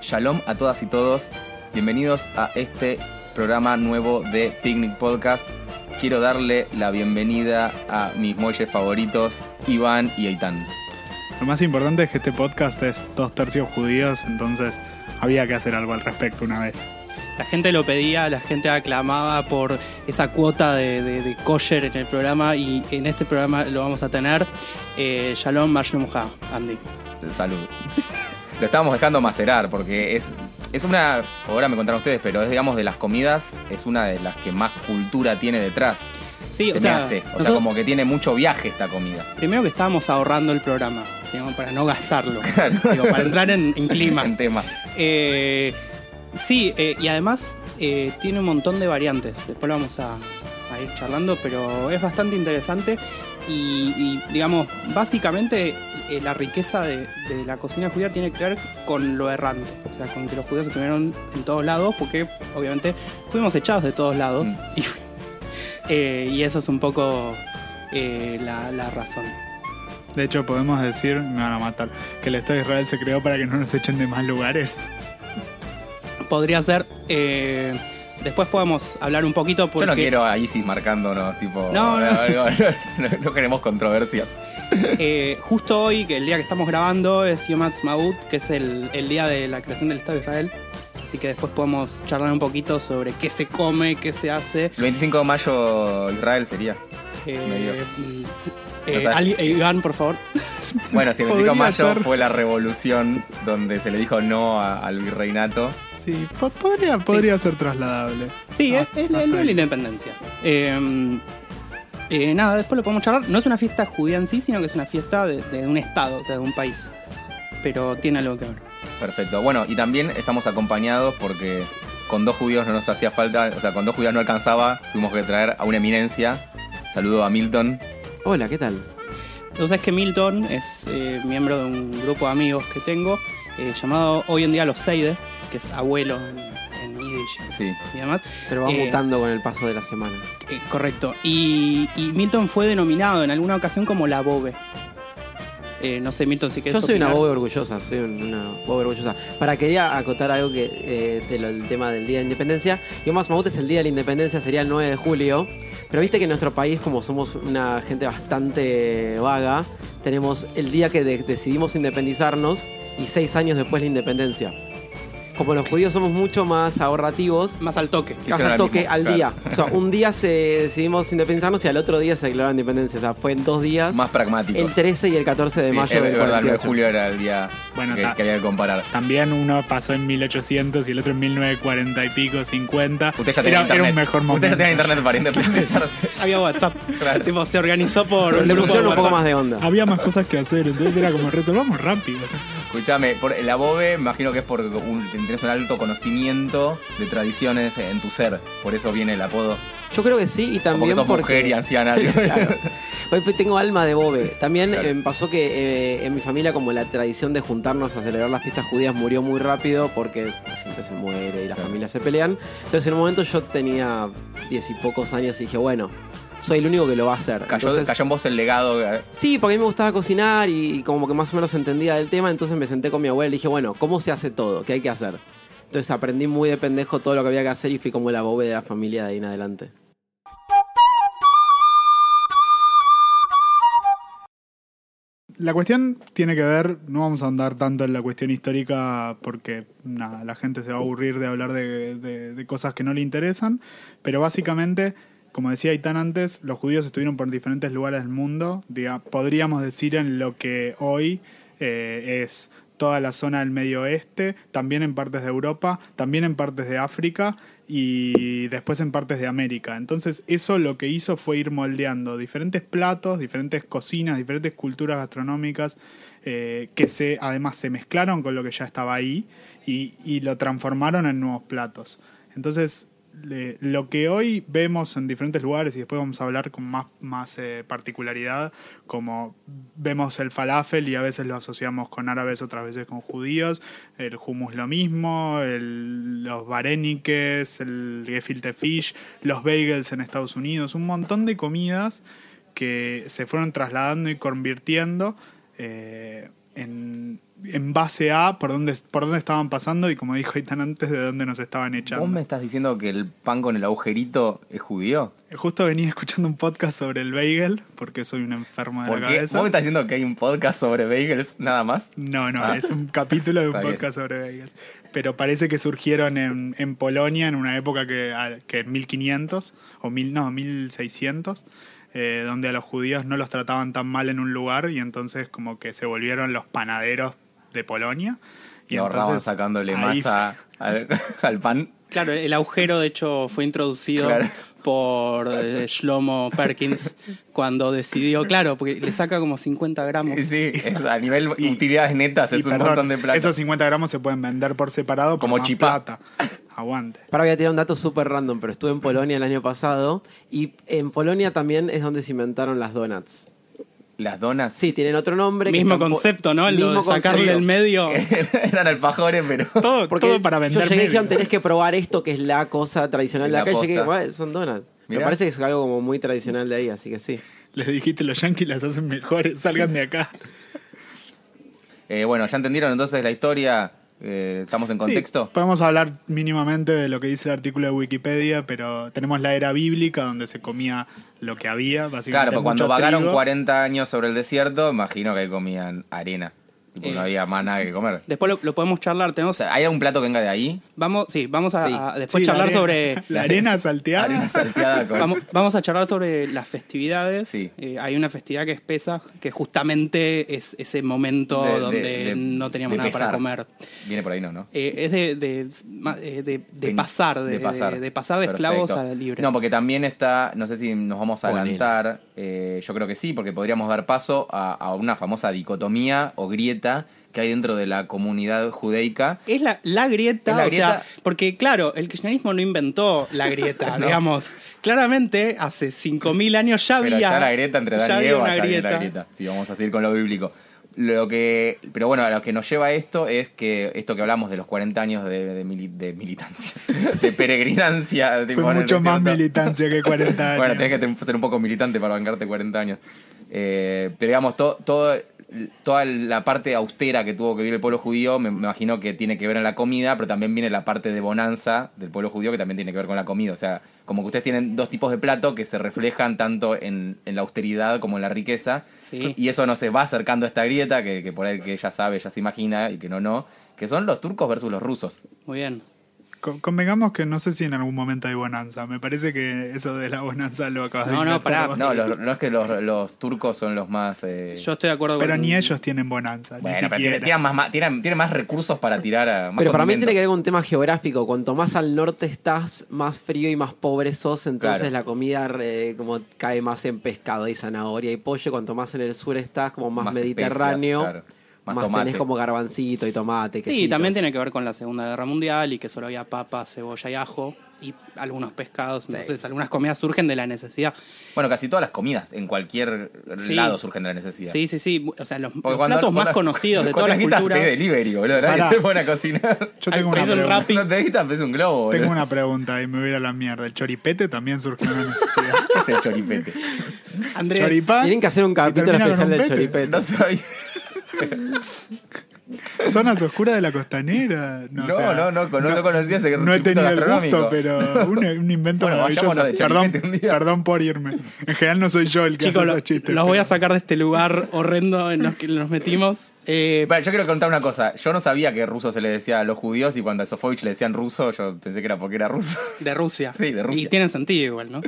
Shalom a todas y todos, bienvenidos a este programa nuevo de Picnic Podcast. Quiero darle la bienvenida a mis muelles favoritos, Iván y Aitán. Lo más importante es que este podcast es dos tercios judíos, entonces había que hacer algo al respecto una vez. La gente lo pedía, la gente aclamaba por esa cuota de, de, de kosher en el programa y en este programa lo vamos a tener. Eh, Shalom Mashnemuha, Andy. Salud. Lo estábamos dejando macerar porque es, es una, ahora me contaron ustedes, pero es digamos de las comidas, es una de las que más cultura tiene detrás. Sí, Se o me sea, hace. O sea, nosotros- como que tiene mucho viaje esta comida. Primero que estábamos ahorrando el programa, digamos, para no gastarlo, Claro. digo, para entrar en, en clima. En tema. Eh, sí, eh, y además eh, tiene un montón de variantes. Después lo vamos a, a ir charlando, pero es bastante interesante. Y, y, digamos, básicamente eh, la riqueza de, de la cocina judía tiene que ver con lo errante. O sea, con que los judíos estuvieron en todos lados, porque obviamente fuimos echados de todos lados. Mm. Y, eh, y eso es un poco eh, la, la razón. De hecho, podemos decir, me van a matar, que el Estado de Israel se creó para que no nos echen de más lugares. Podría ser. eh, después podemos hablar un poquito porque. Yo no quiero a Isis marcándonos, tipo. No, no. no, no- no queremos controversias. Eh, justo hoy, que el día que estamos grabando, es Yom Ha'atzmaut, que es el, el día de la creación del Estado de Israel. Así que después podemos charlar un poquito sobre qué se come, qué se hace. El 25 de mayo Israel sería. Eh, Medio. mm, sí, eh, O sea- Ali- eh, Iván, por favor. Bueno, si el 25 de Podría mayo ser. fue la revolución donde se le dijo no a- al virreinato. Sí, po- podría, podría ser trasladable. Sí, Ah, es, es ah, el día de la está bien. independencia. Eh, eh, nada, después lo podemos charlar. No es una fiesta judía en sí, sino que es una fiesta de, de un estado, o sea, de un país. Pero tiene algo que ver. Perfecto. Bueno, y también estamos acompañados porque con dos judíos no nos hacía falta, o sea, con dos judíos no alcanzaba, tuvimos que traer a una eminencia. Saludo a Milton. Hola, ¿qué tal? Vos sabés que Milton es eh, miembro de un grupo de amigos que tengo eh, llamado hoy en día Los Seides, que es abuelo en, en Yiddish Sí. y demás. Pero va Eh, mutando con el paso de la semana. Eh, correcto. Y, y Milton fue denominado en alguna ocasión como la Bobe. Eh, no sé, Milton, si querés Yo soy una opinar. boba orgullosa, soy un- una boba orgullosa. Para quería acotar algo que eh, de lo- del tema del Día de la Independencia. Yom Maut es el Día de la Independencia, sería el 9 de julio. Pero viste que en nuestro país, como somos una gente bastante vaga, tenemos el día que de- decidimos independizarnos y seis años después la independencia. Como los judíos somos mucho más ahorrativos, Más al toque. Hicieron Hasta al el toque mismo, al claro. día. O sea, un día se decidimos independizarnos y al otro día se declaró la independencia. O sea, fue en dos días. Más pragmáticos. el 13 y el 14 de Sí, mayo es del verdad, el 9 de 48. julio era el día Bueno, que, ta- que había que comparar. También uno pasó en 1800 y el otro en 1940 y pico, 50. Usted ya tenía era, era internet. un mejor momento. Usted ya tenía internet para independizarse. Ya había WhatsApp. Claro. Tipo, se organizó por Pero un le grupo de pusieron un poco WhatsApp. más de onda. Había más cosas que hacer, entonces era como resolvamos rápido. Escuchame, por, el abobe me imagino que es porque un- tenés un alto conocimiento de tradiciones en tu ser. Por eso viene el apodo. Yo creo que sí y Como que también sos mujer y porque... anciana. tío. Claro. Hoy tengo alma de bobe. También Claro. eh, me pasó que eh, en mi familia como la tradición de juntarnos a celebrar las fiestas judías murió muy rápido porque la gente se muere y las Claro. familias se pelean. Entonces en un momento yo tenía diez y pocos años y dije, bueno, soy el único que lo va a hacer. Cayó, Entonces- cayó en vos el legado. eh, Sí, porque a mí me gustaba cocinar y, y como que más o menos entendía del tema, entonces me senté con mi abuela y le dije, bueno, ¿cómo se hace todo? ¿Qué hay que hacer? Entonces aprendí muy de pendejo todo lo que había que hacer y fui como la bobe de la familia de ahí en adelante. La cuestión tiene que ver, no vamos a andar tanto en la cuestión histórica porque nada, la gente se va a aburrir de hablar de, de- de cosas que no le interesan, pero básicamente, como decía Aitán antes, los judíos estuvieron por diferentes lugares del mundo, diga- podríamos decir en lo que hoy eh, es toda la zona del Medio Oeste, también en partes de Europa, también en partes de África y después en partes de América. Entonces eso lo que hizo fue ir moldeando diferentes platos, diferentes cocinas, diferentes culturas gastronómicas eh, que se, además se mezclaron con lo que ya estaba ahí y, y lo transformaron en nuevos platos. Entonces le- lo que hoy vemos en diferentes lugares, y después vamos a hablar con más, más eh, particularidad, como vemos el falafel y a veces lo asociamos con árabes, otras veces con judíos, el hummus lo mismo, el- los vareniques, el gefilte fish, los bagels en Estados Unidos, un montón de comidas que se fueron trasladando y convirtiendo eh, en, en base a por dónde, por dónde estaban pasando y como dijo Itán antes, de dónde nos estaban echando. ¿Vos me estás diciendo que el pan con el agujerito es judío? Justo venía escuchando un podcast sobre el bagel, porque soy un enfermo de ¿Por la qué? ¿Vos cabeza. me estás diciendo que hay un podcast sobre bagels nada más? No, no, Ah. es un capítulo de un Está bien. podcast sobre bagels. Pero parece que surgieron en, en Polonia en una época que, a- que en 1500, o mil, no, 1600, eh, donde a los judíos no los trataban tan mal en un lugar y entonces como que se volvieron los panaderos de Polonia. Y, ahorraban entonces sacándole ahí- masa al, al pan. Claro, el agujero de hecho fue introducido Claro. por eh, Shlomo Perkins cuando decidió, claro, porque le saca como 50 gramos. Y Sí, es- a nivel Y- utilidades netas y es un perdón, montón de plata. Esos 50 gramos se pueden vender por separado por Como más chipá. plata. Aguante. Para voy a tirar un dato súper random, pero estuve en Polonia el año pasado y en Polonia también es donde se inventaron las donuts. Las donas Sí, tienen otro nombre. que Mismo están po- concepto, ¿no? Lo mismo de sacarle concepto. Eh, el medio. eran alfajores, pero... Todo, Porque todo para vender Yo llegué y medios. dijeron, tenés que probar esto que es la cosa tradicional de La acá. Y llegué, posta. "Guay, son donuts. Me Mirá. parece que es algo como muy tradicional de ahí, así que sí. Les dijiste los yanquis las hacen mejores, salgan de acá. Eh, bueno, ya entendieron entonces la historia. Eh, ¿Estamos en contexto? Sí, podemos hablar mínimamente de lo que dice el artículo de Wikipedia, pero tenemos la era bíblica donde se comía lo que había, básicamente. claro, porque cuando mucho vagaron trigo. 40 años sobre el desierto, imagino que comían arena. Tipo, Eh. No había más nada que comer. Después lo, lo podemos charlar, O tenemos... sea, ¿Hay algún plato que venga de ahí? Vamos, sí, vamos a, Sí. a Sí, después la charlar arena- sobre... La arena salteada. Arena salteada con... Vamos, vamos a charlar sobre las festividades. Sí. Eh, hay una festividad que es Pesaj, que justamente es ese momento De- de- donde de- no teníamos de nada para pesar. comer. Viene por ahí, ¿no? ¿no? Eh, es de, de- ma- eh, de- de Ven- pasar, de, de- de pasar, de, esclavos Perfecto. a libres. No, porque también está, no sé si nos vamos a Ponele. adelantar, eh, yo creo que sí, porque podríamos dar paso a, a una famosa dicotomía o grieta que hay dentro de la comunidad judaica. Es la, la grieta, Es la o grieta. sea, porque claro, el kirchnerismo no inventó la grieta, No. digamos. Claramente, hace 5.000 años ya Pero había... ya la grieta entre ya Daniel y había Eva, una ya había grieta. la grieta. Sí, vamos a seguir con lo bíblico. Lo que, pero bueno, a lo que nos lleva a esto es que esto que hablamos de los 40 años de, de mili- de militancia, de peregrinancia. tipo, en Fue el mucho más desierto. militancia que 40 años. Bueno, tenés que ten- ser un poco militante para bancarte 40 años. Eh, pero digamos, to- todo- toda la parte austera que tuvo que vivir el pueblo judío, me, me imagino que tiene que ver en la comida, pero también viene la parte de bonanza del pueblo judío que también tiene que ver con la comida. O sea, como que ustedes tienen dos tipos de plato que se reflejan tanto en, en la austeridad como en la riqueza. Sí. Y eso no se va acercando a esta grieta que, que por ahí que ya sabe, ya se imagina y que no, no. Que son los turcos versus los rusos. Muy bien. Con- Convengamos que no sé si en algún momento hay bonanza. Me parece que eso de la bonanza lo acabas de No, no, inventar pará. vos. No, los- no es que los, los turcos son los más... eh, Yo estoy de acuerdo Pero con... ni ellos tienen bonanza, ni Bueno, pero siquiera. tiene, tiene más, ma- tiene- tiene más recursos para tirar a más Pero para mí condimentos. tiene que ver con un tema geográfico. Cuanto más al norte estás, más frío y más pobre sos. Entonces Claro. la comida eh, como cae más en pescado y zanahoria y pollo. Cuanto más en el sur estás, como más, Más mediterráneo, especias, claro. Más más, tomate. tenés como garbancito y tomate. Sí, quesitos. también tiene que ver con la Segunda Guerra Mundial y que solo había papa, cebolla y ajo y algunos pescados. Entonces, algunas comidas surgen de la necesidad. Bueno, casi todas las comidas en cualquier Sí. lado surgen de la necesidad. Sí, sí, sí. O sea, los, Porque los cuando- platos más cuando- conocidos de cuando todas las quitas culturas. de delivery, boludo. Nadie Pará. se pone a cocinar. Yo Ay, tengo una, pedís pregunta. un rap. Rapi. No te quitas, es un globo, boludo. tengo una pregunta y me voy a ir a la mierda. El choripete también surgió una necesidad. ¿Qué es el choripete? Andrés, Choripán. Tienen que hacer un y capítulo termina con un especial del pete. choripete. No sabía. Zonas oscuras de la costanera. No, No, o sea, no, no, con- no conocía ese No he circuito tenido el gusto, gastronómico. pero un, un invento Bueno, vayamos maravilloso. a lo de Perdón, Choripete un día. perdón por irme. En general no soy yo el que chicos, hace lo- esos chistes. los voy a pero- sacar de este lugar horrendo en los que nos metimos. Eh, Bueno, yo quiero contar una cosa. Yo no sabía que ruso se le decía a los judíos y cuando a Sofovich le decían ruso, yo pensé que era porque era ruso. de Rusia. Sí, de Rusia. Y tienen sentido igual, ¿no?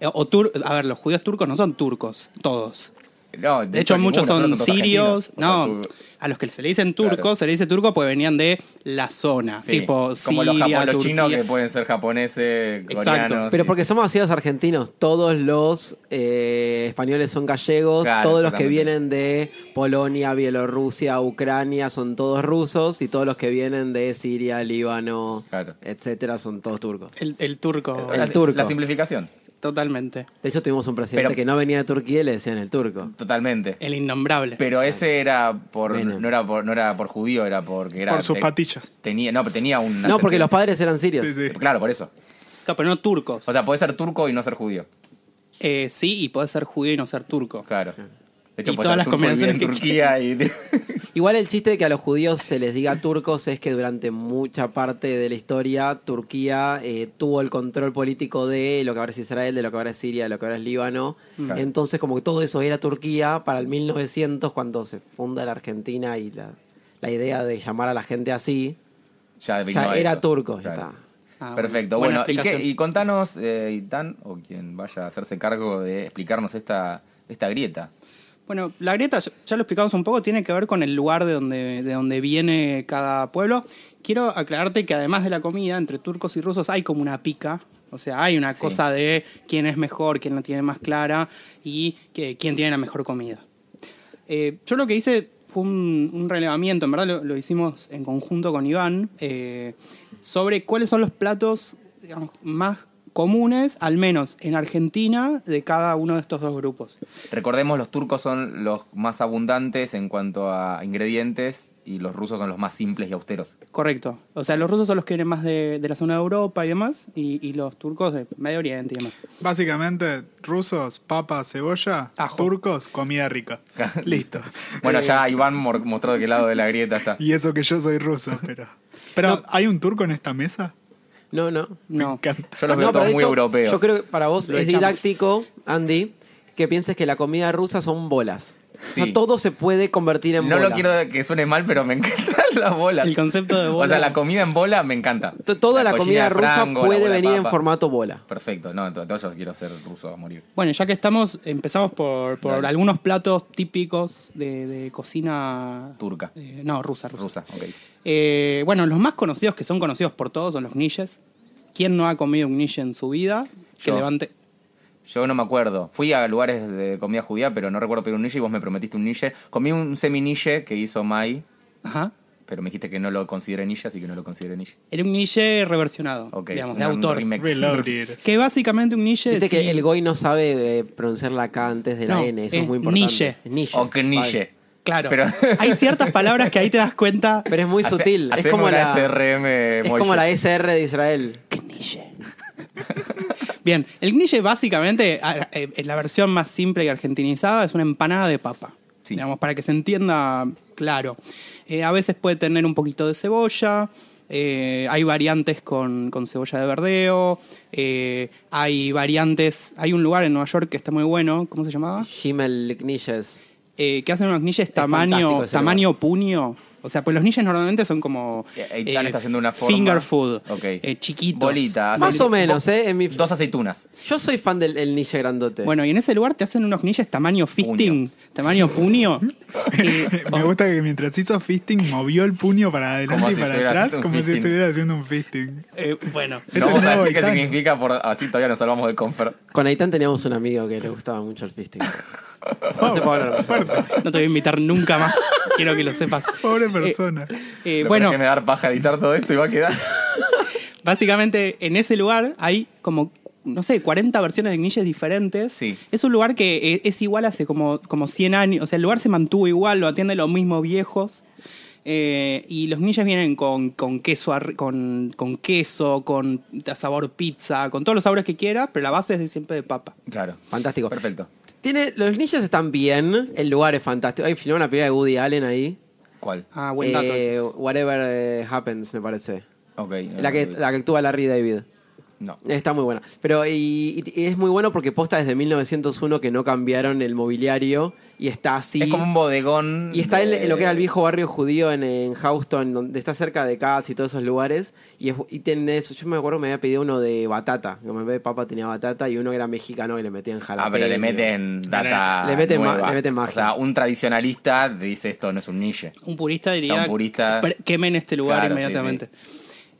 Eh, O tur- a ver, los judíos turcos no son turcos, todos. No, De hecho, muchos ninguno, son todos todos sirios. argentinos. O No, sea, tú- a los que se le dicen turcos, Claro. se le dice turco porque venían de la zona. sí, Tipo como los, Siria, japo- los Turquía. chinos que pueden ser japoneses, Exacto, coreanos. Pero sí. porque somos así los argentinos, todos los eh, españoles son gallegos, Claro, todos los que exactamente. vienen de Polonia, Bielorrusia, Ucrania son todos rusos y todos los que vienen de Siria, Líbano, Claro. etcétera, son todos turcos. El, el turco, eh, la, el turco. La simplificación, totalmente. De hecho tuvimos un presidente Pero- que no venía de Turquía y le decían el turco. totalmente. El innombrable. Pero ese era por Menem. no era por no era por judío, era porque era por sus te- patillas. tenía no, pero tenía un No, porque los padres eran sirios. Sí, sí. Claro, por eso. Claro, pero no turcos. O sea, puede ser turco y no ser judío. Eh, sí, y podés ser judío y no ser turco. Claro. De Y puede todas ser las turco vivir combinaciones que en Turquía y Igual el chiste de que a los judíos se les diga turcos es que durante mucha parte de la historia Turquía eh, tuvo el control político de lo que ahora es Israel, de lo que ahora es Siria, de lo que ahora es Líbano. Claro. Entonces como que todo eso era Turquía para el 1900 cuando se funda la Argentina y la, la idea de llamar a la gente así. ya, O vino sea, era eso. turco, ya Claro. está. Ah, Perfecto. buena Bueno, ¿y, qué- explicación. y contanos, eh, Itán, o quien vaya a hacerse cargo de explicarnos esta, esta grieta. Bueno, la grieta, ya ya lo explicamos un poco, tiene que ver con el lugar de donde, de donde viene cada pueblo. Quiero aclararte que además de la comida, entre turcos y rusos hay como una pica. O sea, hay una Sí. cosa de quién es mejor, quién la tiene más clara y que- quién tiene la mejor comida. Eh, yo lo que hice fue un, un relevamiento, en verdad lo, lo hicimos en conjunto con Iván, eh, sobre cuáles son los platos digamos, más comunes, al menos en Argentina, de cada uno de estos dos grupos. Recordemos, los turcos son los más abundantes en cuanto a ingredientes y los rusos son los más simples y austeros. Correcto. O sea, los rusos son los que vienen más de, de la zona de Europa y demás, y, y los turcos de Medio Oriente y demás. Básicamente, rusos, papa, cebolla, Ajo. turcos, comida rica. Listo. Bueno, ya Iván mor- mostró de qué lado de la grieta está. Y eso que yo soy ruso, pero... Pero, No. ¿hay un turco en esta mesa? No, no. Me No. encanta. Yo los No, veo pero todos de muy hecho, europeos. Yo creo que para vos Lo es echamos. didáctico, Andy, que pienses que la comida rusa son bolas. O Sí. sea, todo se puede convertir en no bolas. lo quiero que suene mal, pero me encantan las bolas. El concepto de bolas. O sea, la comida en bola me encanta. To- Toda la, collina comida de rusa frango, la puede bola de venir en papa. formato bola. Perfecto, no, ento- entonces yo quiero ser ruso a morir. Bueno, ya que estamos, empezamos por, por Dale. algunos platos típicos de, de cocina... Turca. eh, no, rusa, rusa. Rusa, ok. Eh, bueno, los más conocidos, que son conocidos por todos, son los niches. ¿Quién no ha comido un niche en su vida? Que Yo. levante... Yo no me acuerdo. Fui a lugares de comida judía, pero no recuerdo pedir un niche y vos me prometiste un niche. Comí un semi-niche que hizo Mai, Ajá. pero me dijiste que no lo consideré niche, así que no lo consideré niche. Era un niche reversionado, Ok. digamos, de un autor. remix. Reloaded. Que básicamente un niche... Viste sí, que el goy no sabe eh, pronunciar la K antes de la No, N, eso es, es muy importante. Nije. Nije. O que niche. Claro. Pero- Hay ciertas palabras que ahí te das cuenta... Vale. Pero es muy Hace- sutil. Es haceme como, una la, SRM es Molle. como la SR de Israel. Bien, el gnille básicamente, a- eh, en la versión más simple y argentinizada, es una empanada de papa. Sí. Digamos, para que se entienda claro. Eh, a veces puede tener un poquito de cebolla, eh, hay variantes con, con cebolla de verdeo, eh, hay variantes, hay un lugar en Nueva York que está muy bueno, ¿cómo se llamaba? Gimel Knishes. Eh, que hacen unos gnilles fantástico tamaño, ese tamaño puño. O sea, pues los gnilles normalmente son como... Eh, Eitan está haciendo una forma. Finger food. Ok. eh, chiquitos. Bolita. hace- Más o menos, bo- ¿eh? En mi- Ah, Dos aceitunas. Yo soy fan del el Nije grandote. Bueno, y en ese lugar te hacen unos ninjas tamaño fisting, tamaño puño. que- Me gusta que mientras hizo fisting movió el puño para Como adelante y si para estuviera atrás haciendo un como si fisting. estuviera haciendo un fisting. eh, bueno, Es No el vamos a nuevo decir qué Eitan. significa, por, así todavía nos salvamos del comfort. Con Aitán teníamos un amigo que le gustaba mucho el fisting. No se puede hablar. no te voy a invitar nunca más. Quiero que lo sepas. Pobre persona. Eh, Lo bueno, que me va a dar paja editar todo esto y va a quedar. básicamente en ese lugar hay como, no sé, 40 versiones de ninjas diferentes. Sí. Es un lugar que eh, es igual hace como, como 100 años. O sea, el lugar se mantuvo igual, lo atienden los mismos viejos. Eh, y los ninjas vienen con, con queso, arri- con, con queso, con sabor pizza, con todos los sabores que quieras, pero la base es de siempre de papa. Claro. Fantástico. Perfecto. Tiene, los ninjas están bien, el lugar es fantástico. Hay filmó una película de Woody Allen ahí. ¿Cuál? Ah, buen dato. Eh, ese. Whatever eh, Happens, me parece. Ok. La que, la que actúa Larry David. No. Está muy buena. Pero y, y- y es muy bueno porque posta desde 1901 que no cambiaron el mobiliario y está así. Es como un bodegón. Y está en de- lo que era el viejo barrio judío en, en Houston, donde está cerca de Katz y todos esos lugares. Y, es, y tenés, yo me acuerdo que me había pedido uno de batata. Como en vez de papa tenía batata y uno que era mexicano que le metían jalapeno. Ah, pero le meten data. Le meten ma- nueva. le meten magia. O sea, un tradicionalista dice esto no es un niche. Un purista diría, Un purista. "Pre- quemen este lugar Claro, sí, inmediatamente.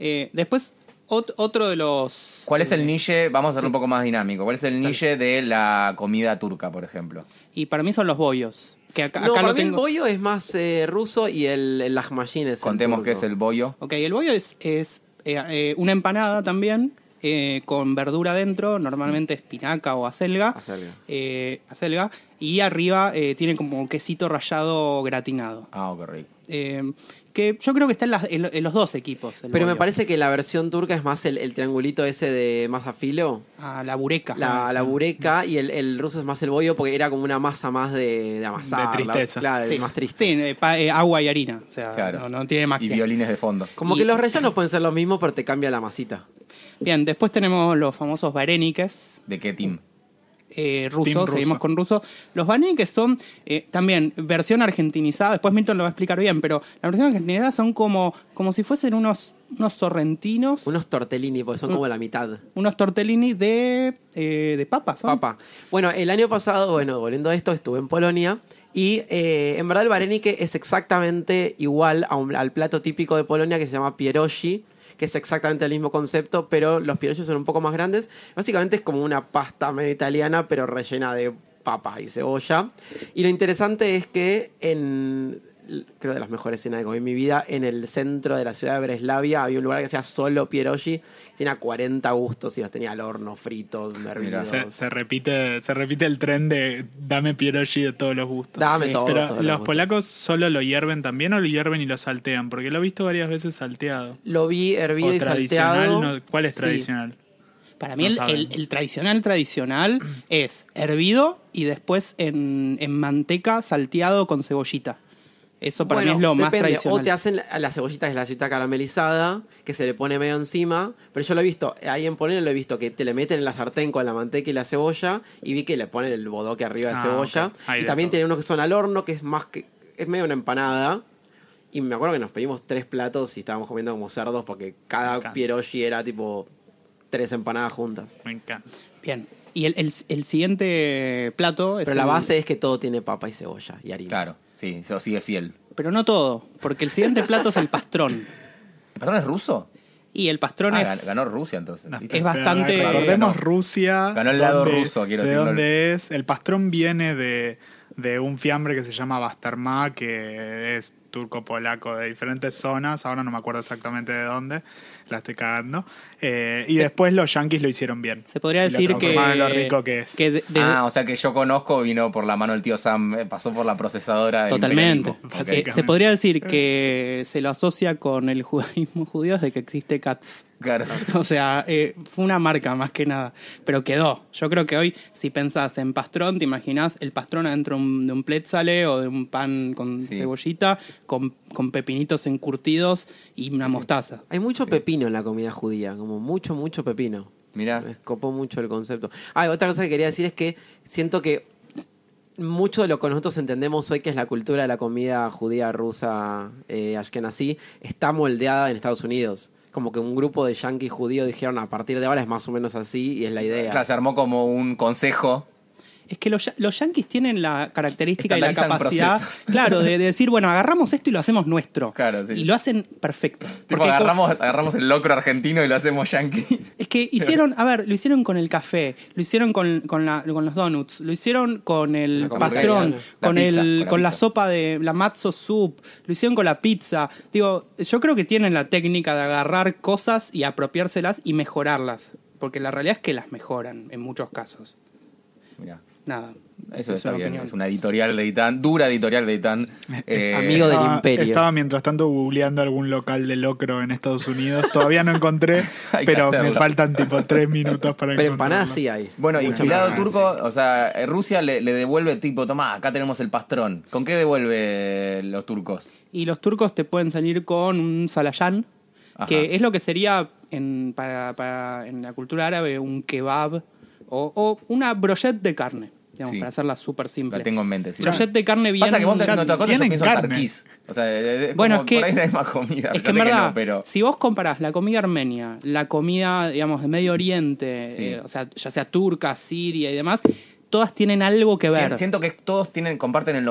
Eh, después, ot- otro de los... ¿Cuál es eh, el niche? Vamos a hacerlo un poco más dinámico. ¿Cuál es el niche de la comida turca, por ejemplo? Y para mí son los bollos. Que acá, no, acá para lo mí el tengo. bollo es más eh, ruso y el, el lahmachin es el Contemos qué turco. es el bollo. Ok, el bollo es, es, eh, eh, una empanada también, eh, con verdura dentro, normalmente espinaca o acelga. Acelga. Eh, acelga. Y arriba eh, tiene como quesito rallado gratinado. Ah, qué rico. Eh, que yo creo que está en, las- en lo- en los dos equipos. el Pero me bollo. parece que la versión turca es más el, el triangulito ese de masa filo. Ah, la bureca. La, Sí. la bureca y el, el ruso es más el bollo porque era como una masa más de, de amasar. De tristeza. la- claro, Sí, es más triste. Sí, eh, pa- eh, agua y harina. O sea, Claro. no, no tiene magia. Y violines de fondo. Como Y- que los rellenos pueden ser los mismos, pero te cambia la masita. Bien, después tenemos los famosos bareniques ¿De qué team? eh, rusos, Team ruso. seguimos con rusos. Los bareniques son eh, también versión argentinizada, después Milton lo va a explicar bien, pero la versión argentinizada son como, como si fuesen unos, unos sorrentinos, unos, Unos tortellini, porque Mm. son como la mitad. tortellini de, eh, de papas. ¿son? Papá. Bueno, el año pasado, bueno, volviendo a esto, estuve en Polonia y eh, en verdad el varenique es exactamente igual a un- al plato típico de Polonia que se llama pierogi, que es exactamente el mismo concepto, pero los pierogi son un poco más grandes. Básicamente es como una pasta medio italiana, pero rellena de papas y cebolla. Y lo interesante es que en creo de las mejores cenas que comí en mi vida, en el centro de la ciudad de Breslavia había un lugar que se llama solo pierogi, tenía 40 gustos y los tenía al horno, fritos, hervidos. Se, se repite, se repite el tren de dame pierogi de todos los gustos. Dame todo, Pero todos los los, gustos. polacos solo lo hierven también o lo hierven y lo saltean, porque lo he visto varias veces salteado. Lo vi hervido o y salteado. tradicional, no- ¿cuál es Sí. tradicional? Para mí No el, saben. el- el tradicional tradicional es hervido y después en, en manteca salteado con cebollita. Eso para Bueno, mí es lo más depende, tradicional. O te hacen la- las cebollitas de la cebollita caramelizada, que se le pone medio encima. Pero yo lo he visto, ahí en Polonia lo he visto, que te le meten en la sartén con la manteca y la cebolla. Y vi que le ponen el bodoque arriba de Ah, cebolla. ok. Ahí Y de también todo. tienen unos que son al horno, que es más que. es medio una empanada. Y me acuerdo que nos pedimos tres platos y estábamos comiendo como cerdos porque cada encanta. pierogi era tipo tres empanadas juntas. Me encanta. Bien. Y el, el- el siguiente plato es Pero la el- base es que todo tiene papa y cebolla y harina. Claro, sí, eso sigue fiel. Pero no todo, porque el siguiente plato es el pastrón. ¿El patrón es ruso? Y el pastrón Ah, es. gan- ganó Rusia entonces. No, ¿viste? es bastante- pero Este, Recordemos Ganó. Rusia. Ganó el lado donde- ruso, quiero De decirlo. donde es. El pastrón viene de, de un fiambre que se llama Bastarma, que es turco-polaco de diferentes zonas. Ahora no me acuerdo exactamente de dónde. La estoy cagando. Eh, y después los yanquis lo hicieron bien. Se podría Y lo decir que. transformaron en lo rico que es. que de- de- Ah, o sea que yo conozco vino por la mano del tío Sam, eh, pasó por la procesadora. del totalmente. imperialismo. Ok. Eh, Se podría decir que se lo asocia con el judaísmo judío desde que existe Katz. Claro. O sea, eh, fue una marca más que nada. Pero quedó. Yo creo que hoy, si pensás en pastrón, te imaginás el pastrón adentro un- de un pletzale o de un pan con Sí. cebollita, con, con pepinitos encurtidos y una mostaza. Hay mucho pepino en la comida judía, como mucho, mucho pepino. Mirá. Este, Me escopó mucho el concepto. Ah, otra cosa que quería decir es que siento que mucho de lo que nosotros entendemos hoy, que es la cultura de la comida judía, rusa, eh, ashkenazí, está moldeada en Estados Unidos. Como que un grupo de yanquis judíos dijeron a partir de ahora es más o menos así y es la idea. Claro, se armó como un consejo. Es que los, ya- los yanquis tienen la característica y la Estandarizan capacidad, procesos. claro, de, de decir, bueno, agarramos esto y lo hacemos nuestro. Claro, sí. Y lo hacen perfecto. Tipo, co- agarramos, agarramos el locro argentino y lo hacemos yankee. es que hicieron, a ver, lo hicieron con el café, lo hicieron con, con, la- con los donuts, lo hicieron con el La hamburguesa. pastrón, La con, pizza, el, con la con la pizza. sopa de la matzo soup, lo hicieron con la pizza. Digo, yo creo que tienen la técnica de agarrar cosas y apropiárselas y mejorarlas. Porque la realidad es que las mejoran en muchos casos. Mirá. Nada. Eso es está una bien, opinión. es una editorial de Itán, dura editorial de Itán. Eh, Amigo de- del Estaba- imperio. Estaba mientras tanto googleando algún local de locro en Estados Unidos. Todavía no encontré, Hay que pero me hacerlo. faltan tipo tres minutos para Pero encontrarlo. empanadas sí hay. Bueno, y Mucho el lado Ah, empanada, turco, o sea, eh, Rusia le, le devuelve tipo, tomá, acá tenemos el pastrón. ¿Con qué devuelve eh, los turcos? Y los turcos te pueden salir con un salayán, Ajá. que es lo que sería en, para, para- en la cultura árabe un kebab o, o una brochette de carne, digamos, Sí. para hacerla súper simple. La tengo en mente. sí. Brochette de carne bien... Pasa que vos estás haciendo ya otra cosa, yo tienen pienso en carne. sarquís. O sea, eh, eh, Bueno, como es que- por ahí la misma comida. Yo Es que en sé verdad, no, pero si vos comparás la comida armenia, la comida, digamos, de Medio Oriente, Sí. eh, o sea, ya sea turca, siria y demás, todas tienen algo que ver. si- siento que todos tienen comparten el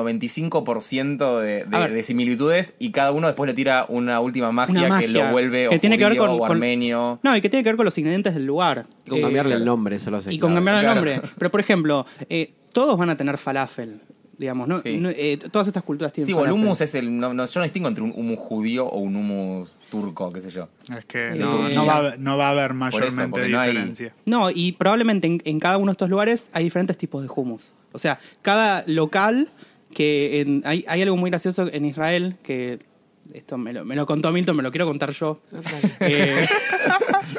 95% de, de- A ver. de similitudes y cada uno después le tira una última magia, Una que lo magia, vuelve o que tiene que ver judío con- o con- armenio. No, y que tiene que ver con los ingredientes del lugar. Y con Eh, cambiarle el nombre, eso lo hace. Y con clave. cambiarle claro. el nombre. Pero, por ejemplo, eh, todos van a tener falafel, digamos, ¿no? Sí. No, eh, todas estas culturas tienen Sí, bueno, el falafel. hummus es el. No, no, yo no distingo entre un hummus judío o un hummus turco, qué sé yo. Es que Eh, no, no va, a haber- no va a haber mayormente porque no hay- diferencia. No, y probablemente en, en cada uno de estos lugares hay diferentes tipos de hummus. O sea, cada local que en- hay, hay algo muy gracioso en Israel que esto me lo, me lo contó Milton, me lo quiero contar yo. Ah, Eh,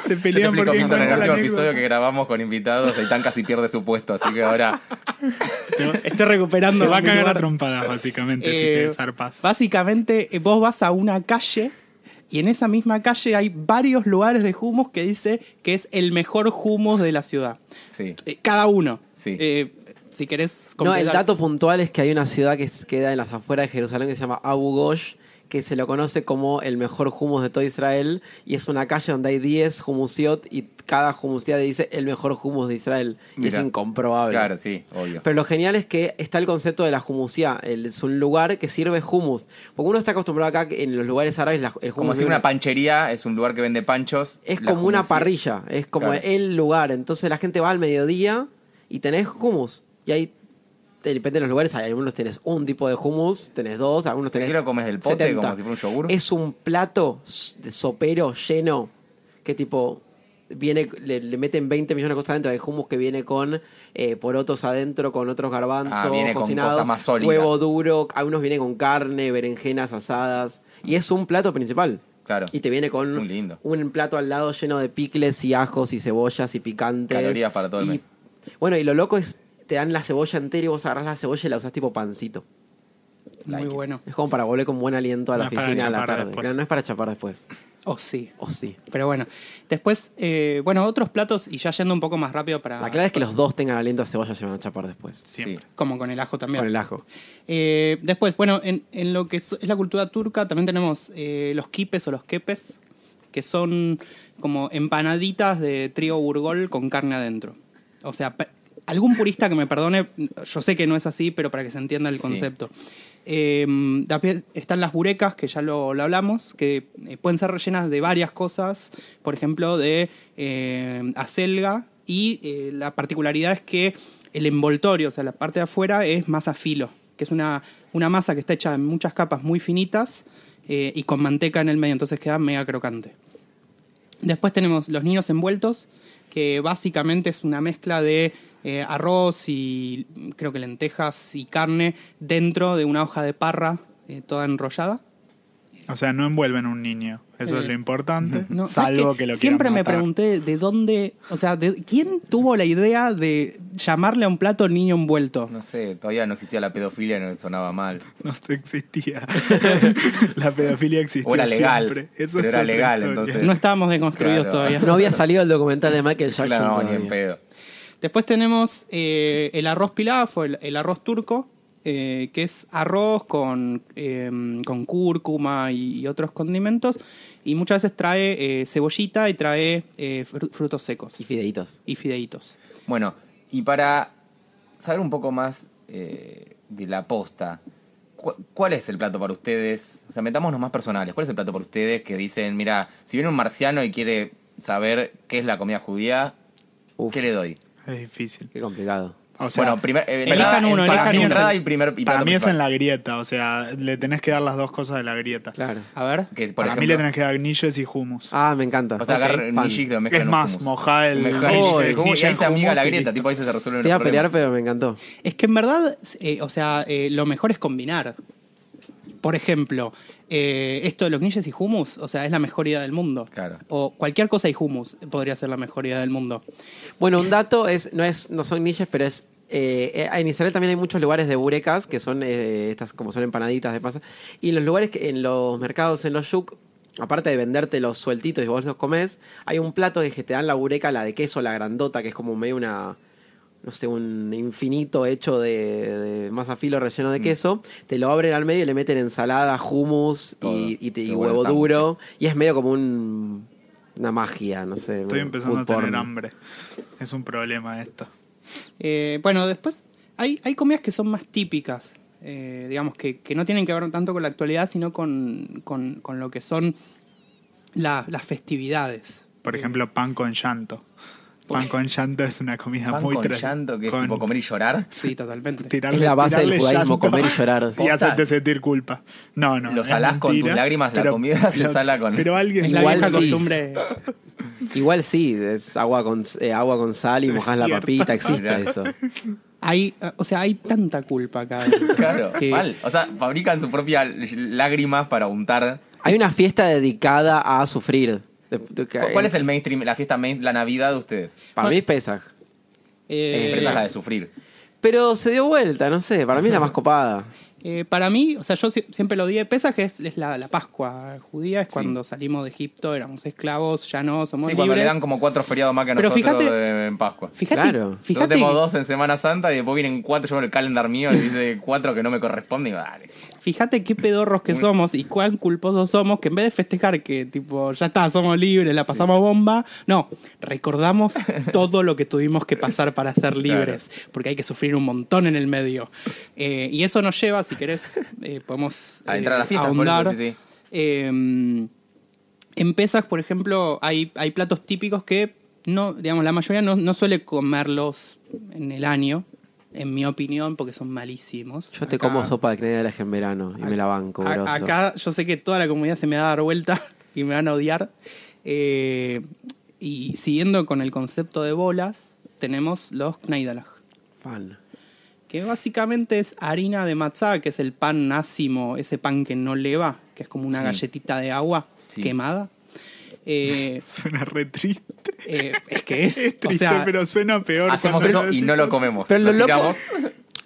Se Yo te pelean explico porque Milton, en el cuenta la último episodio anécdota. que grabamos con invitados, Eitan casi pierde su puesto, así que ahora estoy recuperando. Te va a mi cagar a lugar. trompadas, básicamente, si Eh, te zarpas. Básicamente, eh, vos vas a una calle y en esa misma calle hay varios lugares de hummus que dice que es el mejor hummus de la ciudad. sí. Eh, cada uno. Sí. Eh, si querés No, el completar- dato puntual es que hay una ciudad que s- queda en las afueras de Jerusalén que se llama Abu Ghosh, que se lo conoce como el mejor hummus de todo Israel, y es una calle donde hay 10 humusiot y cada humusiot dice el mejor hummus de Israel. Y Mira. es incomprobable. Claro, sí, obvio. Pero lo genial es que está el concepto de la humusiá, el- es un lugar que sirve hummus. Porque uno está acostumbrado acá que en los lugares árabes la- el hummus Como si de una panchería es un lugar que vende panchos. es la como una hummus- parrilla, es como Claro. el lugar. Entonces la gente va al mediodía y tenés hummus. Y ahí, de repente en los lugares, hay algunos tenés un tipo de hummus, tenés dos, algunos tenés. Tranquilo, comes del pote 70. como si fuera un yogur. Es un plato s- de sopero lleno que tipo. Viene, le, le meten 20 millones de cosas adentro. Hay hummus que viene con eh, porotos adentro, con otros garbanzos Ah, viene con cocinados, cosa más sólida. huevo duro. Algunos vienen con carne, berenjenas asadas. Y es un plato principal. Claro. Y te viene con Muy lindo. un plato al lado lleno de picles y ajos y cebollas y picantes. Calorías para todo el Y- mes. Bueno, y lo loco es, te dan la cebolla entera y vos agarrás la cebolla y la usás tipo pancito. Muy bueno. Es como para volver con buen aliento a la No es para oficina a la chapar tarde. después. Claro, no es para chapar después. Oh, sí. O sí. Pero bueno. Después, eh, bueno, otros platos y ya yendo un poco más rápido para... La Ah, clave es que los dos tengan aliento a cebolla se van a chapar después. Siempre. Como con el ajo también. Con el ajo. Eh, después, bueno, en, en lo que es es la cultura turca también tenemos eh, los kipes o los kepes, que son como empanaditas de trigo burgol con carne adentro. O sea, pe- algún purista que me perdone, yo sé que no es así, pero para que se entienda el Sí. concepto. Eh, también están las burecas, que ya lo, lo hablamos, que eh, pueden ser rellenas de varias cosas, por ejemplo, de eh, acelga, y eh, la particularidad es que el envoltorio, o sea, la parte de afuera, es masa filo, que es una, una masa que está hecha en muchas capas muy finitas eh, y con manteca en el medio, entonces queda mega crocante. Después tenemos los niños envueltos, que básicamente es una mezcla de eh, arroz y mm, creo que lentejas y carne dentro de una hoja de parra eh, toda enrollada. O sea, no envuelven un niño. Eso Eh, es lo importante. No, salvo ¿sabes qué? que lo quieran Siempre me matar. pregunté de dónde, o sea, de, ¿quién tuvo la idea de llamarle a un plato niño envuelto? No sé, todavía no existía la pedofilia, no sonaba mal. No esto existía. la pedofilia existía. O era legal, Siempre. Eso pero era es otra legal, historia. entonces. No estábamos desconstruidos Claro. todavía. No había salido el documental de Michael Jackson Claro, no, ni todavía. en pedo. Después tenemos eh, el arroz pilaf o el, el arroz turco, eh, que es arroz con, eh, con cúrcuma y, y otros condimentos. Y muchas veces trae eh, cebollita y trae eh, fru- frutos secos Y fideitos. y fideitos. Bueno, y para saber un poco más eh, de la posta, ¿cu- ¿cuál es el plato para ustedes? O sea, metámonos más personales. ¿Cuál es el plato para ustedes que dicen, mira, si viene un marciano y quiere saber qué es la comida judía, Uf, ¿qué qué le doy? Es difícil. complicado. O sea, bueno, primer, eh, elijan entrada- uno, para elijan mí uno. entrada y primer y para plato mí es principal. en la grieta. O sea, le tenés que dar las dos cosas de la grieta. Claro. A ver. que, por para mí ejemplo, le tenés que dar gnilles y hummus. Ah, me encanta. O sea, Ok, agarra el fan. nijik, lo mezcla es en un más, hummus. mojá el, Mejor Oh, el el hummus, y ahí se en amiga la hummus y grieta, listo. tipo ahí se resuelven Te iba a los pelear, problemas. pero me encantó. Es que en verdad, eh, o sea, eh, lo mejor es combinar. Por ejemplo, eh, esto de los ninjas y hummus, o sea, es la mejor idea del mundo. Claro. O cualquier cosa y hummus podría ser la mejor idea del mundo. Bueno, un dato es, no es, no son niches, pero es. eh, eh, en Israel también hay muchos lugares de burecas, que son eh, estas como son empanaditas de pasa. Y en los lugares que, en los mercados, en los yuk, aparte de venderte los sueltitos y vos los comés, hay un plato que te dan la bureca, la de queso, la grandota, que es como medio una. No sé, un infinito hecho de, de masa filo relleno Mm. de queso. Te lo abren al medio y le meten ensalada, hummus Todo. y, y te- y Qué bueno huevo el sándwich. duro. Y es medio como un, una magia, no sé. Estoy un empezando food a tener porn. hambre. Es un problema esto. Eh, bueno, después hay, hay comidas que son más típicas, eh, digamos, que, que no tienen que ver tanto con la actualidad, sino con, con- con lo que son la- las festividades. Por ejemplo, pan con llanto. Pan con llanto es una comida Pan muy con tra- llanto, que es con tipo comer y llorar. Sí, totalmente. tirarle- Es la base del tirarle judaísmo, llanto comer y llorar. Y hacerte sentir culpa. No, no. Lo es salás con mentira, tus lágrimas, la comida se sala con- Pero alguien Es la Igual vieja sí. costumbre. Igual sí, es agua con, eh, agua con sal y Es mojas la cierto. papita, existe eso. Hay, eh, o sea, hay tanta culpa acá. Claro, que- mal. O sea, fabrican sus propias lágrimas para untar. Hay una fiesta dedicada a sufrir. De- de- que- ¿Cuál es el mainstream, la fiesta main, la Navidad de ustedes? Para mí es Pesaj. eh, Pero esa es la de sufrir. Pero se dio vuelta, no sé, para mí es la más copada. Eh, para mí, o sea, yo sie- siempre lo odié. Pesaj es, es la, la Pascua judía, es cuando salimos de Egipto, éramos esclavos, ya no, somos Sí, cuando le libres. dan como cuatro feriados más que a Pero nosotros fíjate- de- en Pascua. Fíjate, Claro. Yo fíjate, tengo dos en Semana Santa y después vienen cuatro, yo con el calendar mío le dice cuatro que no me corresponde y vale. fíjate qué pedorros que somos y cuán culposos somos que en vez de festejar que tipo ya está, somos libres, la pasamos bomba, no, recordamos todo lo que tuvimos que pasar para ser libres, porque hay que sufrir un montón en el medio. Eh, y eso nos lleva, si querés, eh, podemos A eh, entrar a la fiesta, por eso, ahondar. sí, sí. Eh, En Pesas, por ejemplo, hay, hay platos típicos que no, digamos, la mayoría no, no suele comerlos en el año, en mi opinión, porque son malísimos. Yo te Acá- como sopa de canela en verano y me la banco, a- grosso. Acá yo sé que toda la comunidad se me va a dar vuelta y me van a odiar. Eh, y siguiendo con el concepto de bolas, tenemos los Kneidalag Fan. que básicamente es harina de matzá, que es el pan ácimo, ese pan que no leva, que es como una Sí. galletita de agua Sí. quemada. Eh, Suena re triste. eh, es que es, Es o triste, sea, pero suena peor. Hacemos cuando eso y decís no lo eso. comemos. Pero lo loco- tiramos.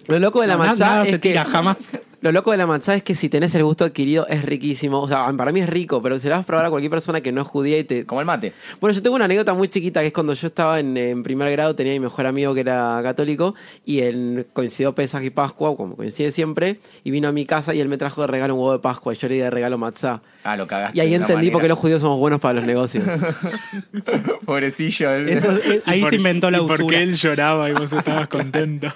Lo loco de la no, nada- manchada nada es se que tira jamás. Lo loco de la manzana es que si tenés el gusto adquirido es riquísimo. O sea, para mí es rico, pero se la vas a probar a cualquier persona que no es judía y te... Como el mate. Bueno, yo tengo una anécdota muy chiquita que es cuando yo estaba en, en primer grado, tenía mi mejor amigo que era católico y él coincidió Pesaj y Pascua, como coincide siempre, y vino a mi casa y él me trajo de regalo un huevo de Pascua y yo le di de regalo matzá. Ah, lo cagaste. Y ahí de una entendí por qué manera. los judíos somos buenos para los negocios. Pobrecillo. él. Eso- eh, ¿Y ahí por- se inventó la y Porque usura. él lloraba y vos estabas contento.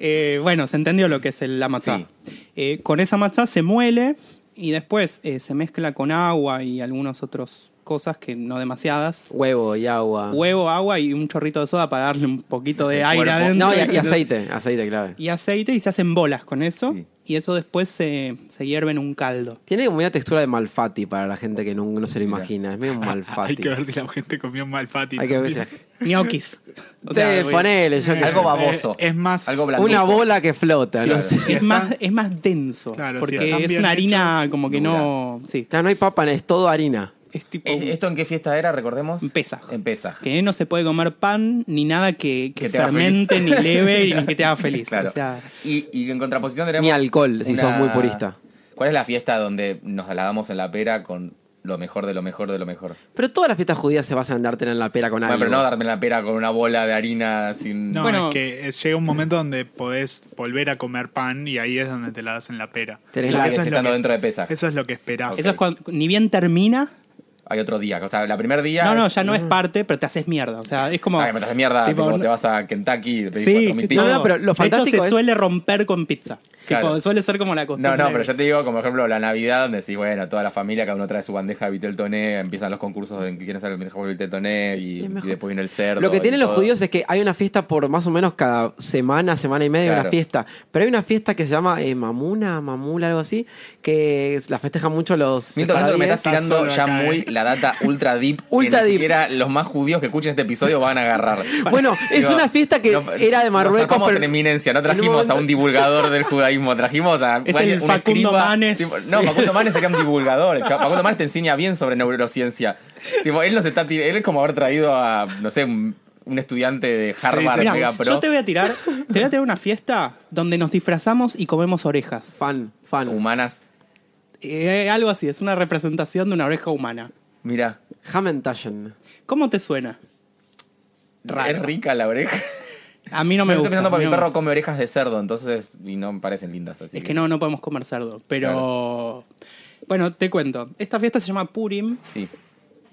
Eh, bueno, se entendió lo que es el- la matzá. Eh, con esa matzá se muele y después eh, se mezcla con agua y algunas otras cosas que no demasiadas. Huevo y Ah. agua. Huevo, agua y un chorrito de soda para darle un poquito de El aire cuerpo. adentro. No, y, y aceite, aceite clave. y aceite y se hacen bolas con eso. Sí. Y eso después se, se hierve en un caldo. Tiene como una textura de malfati para la gente que no, no se lo imagina. Es medio un malfati. Ah, Hay que ver si la gente comió malfati. Hay que ver si la también. gente... Ñoquis. O Sí, sea, eh, voy- ponele, yo qué Algo sé. baboso. Eh, es más- Algo blandito. Una bola que flota, Sí, no claro. sé. es, más, es más denso. Claro, sí, porque están es bien una harina hechos, como que no. Sí, No, no hay papa, es todo harina. es tipo. ¿Es- ¿Esto en qué fiesta era, recordemos? En Pesaj. En Pesaj. que no se puede comer pan ni nada que, que Que te haga fermente, ni feliz. leve, ni que te haga feliz. Claro. O sea, y, y en contraposición tenemos... Ni alcohol, si sos muy purista. ¿Cuál es la fiesta donde nos la damos en la pera con lo mejor de lo mejor de lo mejor? Pero todas las fiestas judías se basan en dártela en la pera con Bueno, algo. pero no darme la pera con una bola de harina sin... No, Bueno. es que eh, llega un momento donde podés volver a comer pan y ahí es donde te la das en la pera. Tenés Eso la- es lo estando que- dentro de Pesaj. Eso es lo que esperás. Ok. eso es cuando. Ni bien termina. Hay otro día. O sea, la primer día... No, no, es- ya no es parte, pero te haces mierda. O sea, es como. Ah, que me estás de mierda, tipo, tipo, no- te vas a Kentucky y te pedís Sí, 4.000 no, pizzas. no, pero lo De fantástico hecho, se es- suele romper con pizza. Claro. Tipo, suele ser como la No, costumbre. no, pero yo te digo, como ejemplo, la Navidad, donde decís, bueno, toda la familia, cada uno trae su bandeja de vitel toné, empiezan los concursos de quién es el mejor vitel toné y, Y es y mejor. después viene el cerdo. Lo que y tienen los todo. judíos es que hay una fiesta por más o menos cada semana, semana y media, hay una Claro. fiesta. Pero hay una fiesta que se llama eh, Mamuna, Mamula, algo así, que es- la festejan mucho los. Miento tanto que me estás Estás tirando solo ya acá, muy eh. la data ultra deep. Ultra que deep. ni siquiera los más judíos que escuchen este episodio van a agarrar. Bueno, es una fiesta que era de Marruecos, Nos pero pero- en eminencia, no en un trajimos momento- a un divulgador del judaísmo, trajimos a Es el Facundo Manes. no, Facundo Manes sería un divulgador. chao, Facundo Manes te enseña bien sobre neurociencia. Tipo, él nos está tir- él es como haber traído a no sé, un, un estudiante de Harvard, Mirá, mega pro. yo te voy a tirar, te voy a tirar una fiesta donde nos disfrazamos y comemos orejas. Fan, fan. humanas. Eh, algo así, es una representación de una oreja humana. Mira, Hammentaschen. ¿Cómo te suena? es rica la oreja. A mí no me Yo gusta. Estoy pensando a porque mí mi no me perro come orejas de cerdo, entonces y no me parecen lindas así. Es que no, no podemos comer cerdo. Pero. Bueno, te cuento. Esta fiesta se llama Purim, Sí.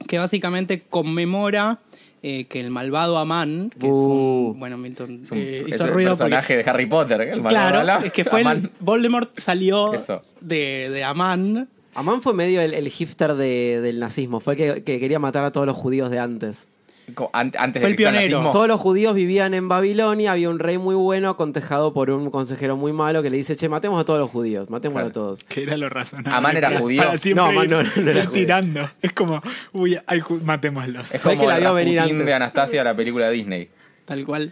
que básicamente conmemora eh, que el malvado Amán, que es un- Uh. bueno, Milton Es un, eh, es hizo el ruido porque- personaje de Harry Potter. El Claro, malvado- es que fue el- Amán. Voldemort salió Eso. de, de Amán. Amán fue medio el, el hipster de- del nazismo. Fue el que, que quería matar a todos los judíos de antes. Co- an- Antes Fue de el que sea pionero. nazismo. Todos los judíos vivían en Babilonia. Había un rey muy bueno aconsejado por un consejero muy malo que le dice: Che, matemos a todos los judíos. Matemos Claro. a todos. Que era lo razonable. Amán era para- judío. Para siempre No, Amán no- ir- no era ir judío. tirando. Es como, uy, hay ju- matémoslos. Es Sé como que la vio Rasputín venir antes. de Anastasia, la película de Disney. Tal cual.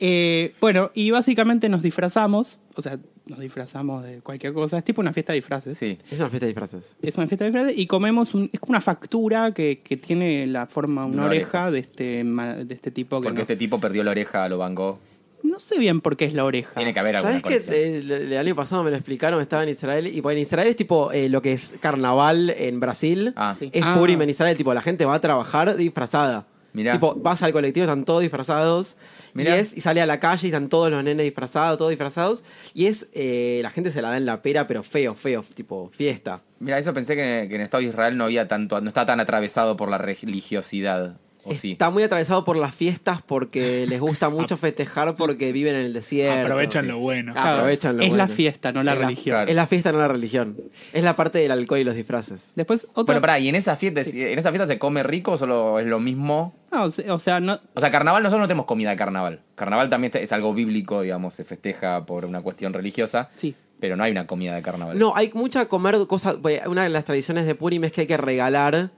Eh, bueno, y básicamente nos disfrazamos, o sea, nos disfrazamos de cualquier cosa. Es tipo una fiesta de disfraces. Sí. Es una fiesta de disfraces. Es una fiesta de disfraces y comemos un- es como una factura que, que tiene la forma, una, Una oreja, oreja. de este ma- de este tipo que Porque no, este tipo perdió la oreja, lo vangó. no sé bien por qué es la oreja. Tiene que haber alguna ¿Sabes qué? conexión. El, el año pasado me lo explicaron, estaba en Israel. Y bueno, en Israel es tipo eh, lo que es carnaval en Brasil. Ah. Sí. Es Ah. Purim en Israel. Tipo, la gente va a trabajar disfrazada. Mirá. Tipo, vas al colectivo, están todos disfrazados. Mirá. Y, es, y sale a la calle y están todos los nenes disfrazados, todos disfrazados. Y es, eh, la gente se la da en la pera, pero feo, feo, tipo fiesta. Mira, eso pensé que, que en Estado de Israel no había tanto, no está tan atravesado por la religiosidad. ¿O sí? Está muy atravesado por las fiestas porque les gusta mucho festejar porque viven en el desierto. Aprovechan lo bueno. Ah, aprovechan lo es la bueno. fiesta, no la Es religión. claro. Es la fiesta, no la religión. Es la parte del alcohol y los disfraces. Después otra Bueno, pará, ¿y en esa fiesta, en esa fiesta se come rico o solo es lo mismo? No, o se- o sea, no O sea, carnaval, nosotros no tenemos comida de carnaval. Carnaval también es algo bíblico, digamos, se festeja por una cuestión religiosa. sí. Pero no hay una comida de carnaval. No, hay mucha comer cosas. bueno, Una de las tradiciones de Purim es que hay que regalar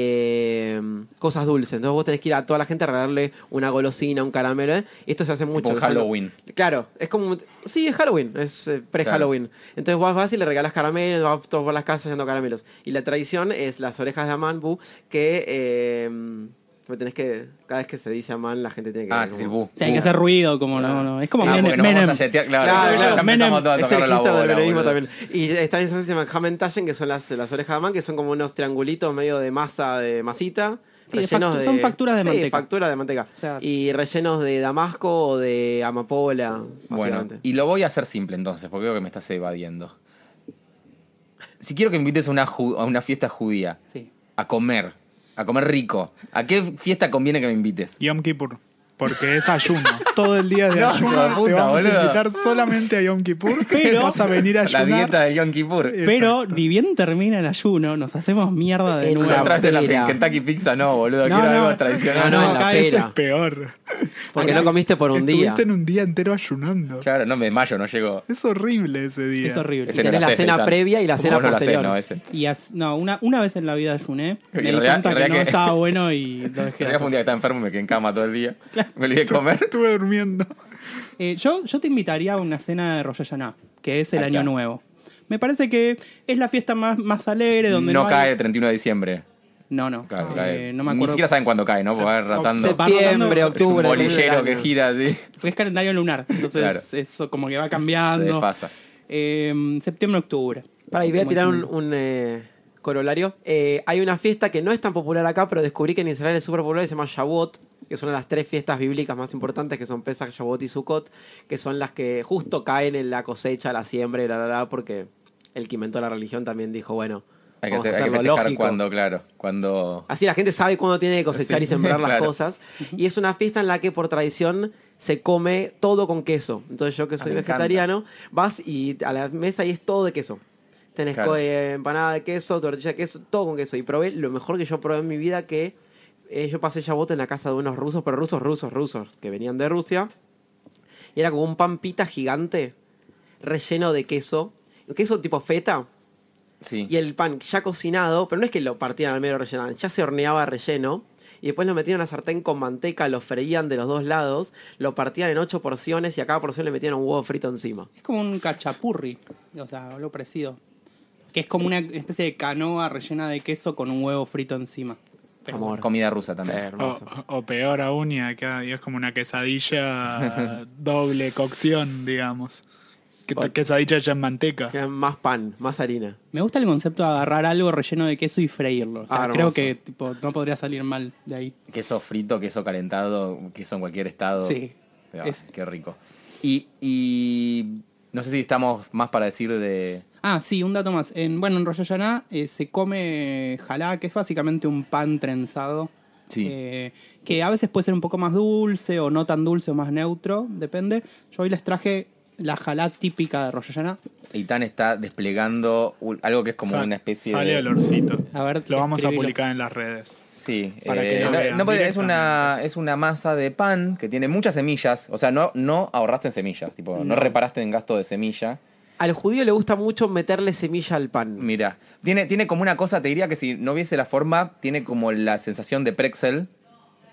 eh, cosas dulces. Entonces vos tenés que ir a toda la gente a regalarle una golosina, un caramelo. ¿eh? Y esto se hace mucho. un o sea, no- Halloween. Claro, es como. un- Sí, es Halloween, es eh, pre-Halloween. Entonces vos vas y le regalas caramelos, vas todos por las casas haciendo caramelos. Y la tradición es las orejas de Amán, Bu, que. eh, me tenés que. Cada vez que se dice Amán, la gente tiene que. Ah, como- es el bu. O sea, hay que hacer ruido, como Claro. no, no. Es como Ah, Menem. porque no vamos Menem. a jetear, claro, Claro, ya claro, empezamos Menem. todos a Es el tocarnos la registro del bola, peronismo boludo. también. Y esta se llaman Hammentaschen, que son las, las orejas de man, que son como unos triangulitos medio de masa, de masita. Sí, de factu- son facturas de sí, manteca. facturas de manteca. O sea- y rellenos de damasco o de amapola, Bueno, básicamente. y lo voy a hacer simple entonces, porque veo que me estás evadiendo. Si quiero que me invites a una, ju- a una fiesta judía, Sí. a comer, a comer rico, ¿a qué fiesta conviene que me invites? Yom Kippur. Porque es ayuno. Todo el día es de No, hijo de ayuno. puta, te vamos boludo. a invitar solamente a Yom Kippur. Pero vas a venir a La ayunar. dieta de Yom Kippur. Eh, Pero ni bien termina el ayuno, nos hacemos mierda de En nuevo. Una atrás de la pera. Kentucky Pizza, no, boludo. No, quiero no. algo tradicional. No, no, en la acá eso pera. es peor. Porque no comiste por un día. Estuviste en un día entero ayunando. Claro, no me desmayo, no llego. Es horrible ese día. Es horrible. Ese tenés no la haces, cena Ethan. previa y la Vos cena no posterior. la haces, no, ese. Y as- no, una, una vez en la vida Y ayuné, me en di realidad- cuenta en que realidad no que- estaba bueno y lo dejé de Fue un hacer. día que estaba enfermo y me quedé en cama todo el día. Me olvidé de comer. Estuve durmiendo. Eh, yo, yo te invitaría a una cena de Rosh Hashanah, que es el Ahí año está. nuevo. Me parece que es la fiesta más, más alegre, donde no, No hay- cae el 31 de diciembre. No, no, Claro, Eh, cae. no me acuerdo. Ni siquiera saben cuándo cae, ¿no? Porque va ratando. se Es va Septiembre, rotando, un octubre. bolillero que año. gira así. Porque es calendario lunar, entonces Claro. eso como que va Se cambiando. desfasa. Eh, septiembre, octubre. Para, y voy a Como tirar es un, un, eh, corolario. Eh, hay una fiesta que no es tan popular acá, pero descubrí que en Israel es súper popular, que se llama Shavuot, que es una de las tres fiestas bíblicas más importantes, que son Pesach, Shavuot y Sukkot, que son las que justo caen en la cosecha, la siembra y la, la, la, porque el que inventó la religión también dijo, bueno, Hay que, vamos hacer, a hay que hacerlo festejar lógico. cuando, claro. Cuando. Así la gente sabe cuándo tiene que cosechar Sí, y sembrar las claro. cosas. Y es una fiesta en la que por tradición se come todo con queso. Entonces yo que Ah, soy me vegetariano, vas y a la mesa y es todo de queso. Tenés Claro. co- eh, empanada de queso, tortilla de queso, todo con queso. Y probé lo mejor que yo probé en mi vida que eh, yo pasé Shavuot en la casa de unos rusos, pero rusos, rusos, rusos, que venían de Rusia. Y era como un pampita gigante relleno de queso. Queso tipo feta, Sí. y el pan ya cocinado, pero no es que lo partían al medio y rellenaban, ya se horneaba relleno. Y después lo metían en una sartén con manteca, lo freían de los dos lados, lo partían en ocho porciones y a cada porción le metían un huevo frito encima. Es como un cachapurri, o sea, algo parecido. Que es como una especie de canoa rellena de queso con un huevo frito encima. Pero Amor. Comida rusa también. O, Hermoso. o peor aún, y acá y es como una quesadilla doble cocción, digamos. Que, Bueno. quesadilla ya en manteca. Era Más pan, más harina. Me gusta el concepto de agarrar algo relleno de queso y freírlo. O sea, Ah, creo hermoso. que tipo, no podría salir mal de ahí. Queso frito, queso calentado, queso en cualquier estado. Sí. Ah, Es- Qué rico. Y, y no sé si estamos más para decir de... Ah, sí, un dato más. En, bueno, en Rosh Hashanah eh, se come jalá, que es básicamente un pan trenzado. Sí. Eh, que a veces puede ser un poco más dulce o no tan dulce o más neutro, depende. Yo hoy les traje la jalá típica de Rosh Hashanah. Eitan está desplegando un- algo que es como Sa- una especie sale de... olorcito. A ver, Lo vamos a describilo. publicar en las redes. Sí, Para eh, que lo no- vean no podría- es una es una masa de pan que tiene muchas semillas, o sea, no no ahorraste en semillas, tipo, no, Mm. reparaste en gasto de semilla. Al judío le gusta mucho meterle semilla al pan. Mira, tiene tiene como una cosa, te diría que si no viese la forma, tiene como la sensación de pretzel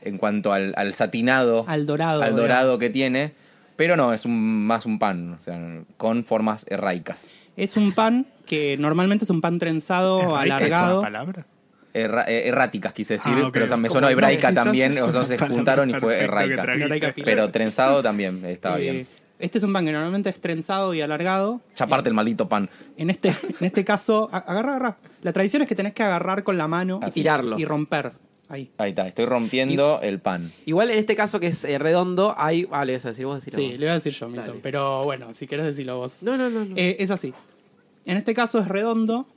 en cuanto al, al satinado, Al dorado, al ¿verdad? dorado que tiene, pero no, es un, más un pan, o sea, con formas erraicas. Es un pan que normalmente es un pan Oh, trenzado, ¿Es rica esa alargado. palabra? Erra- eh, erráticas quise decir, Ah, ok. pero o sea, me Como sonó no hebraica precisas, también, es una entonces palabra juntaron y fue perfecta que erraica. trajiste. Erraica pilar. Pero trenzado también estaba Eh, bien. Este es un pan que normalmente es trenzado y alargado. Chaparte el maldito pan. En este, en este caso, a- agarra, agarra. La tradición es que tenés que agarrar con la mano Y tirarlo. y romper. Ahí. Ahí está, estoy rompiendo el pan. Igual en este caso que es eh, redondo, hay. Ah, le vas a decir vos, decilo Sí, le vos. voy a decir yo, Milton. Dale. Pero bueno, si querés decirlo vos. No, no, no. no. Eh, es así. En este caso es redondo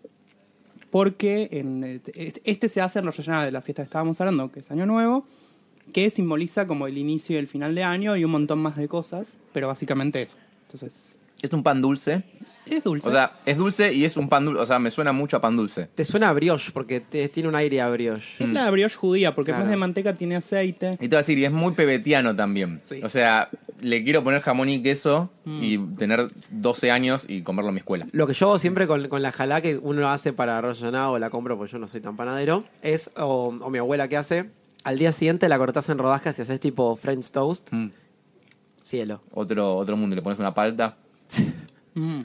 porque en, eh, este- este se hace en Rosh Hashanah, de la fiesta que estábamos hablando, que es Año Nuevo, que simboliza como el inicio y el final de año y un montón más de cosas, pero básicamente eso. Entonces, Es un pan dulce. es dulce. O sea, es dulce y es un pan dulce. O sea, me suena mucho a pan dulce. Te suena a brioche, porque te- tiene un aire a brioche. mm. es la brioche judía porque Claro. más de manteca tiene aceite. Y te voy a decir, y es muy pebetiano también. Sí. O sea, le quiero poner jamón y queso y tener 12 años y comerlo en mi escuela. Lo que yo hago siempre con, con la jalá que uno hace para rellenar o la compro porque yo no soy tan panadero, es, o, o mi abuela que hace, al día siguiente la cortás en rodajas y haces tipo French toast, Mm. cielo. Otro, otro mundo, le pones una palta. Mm.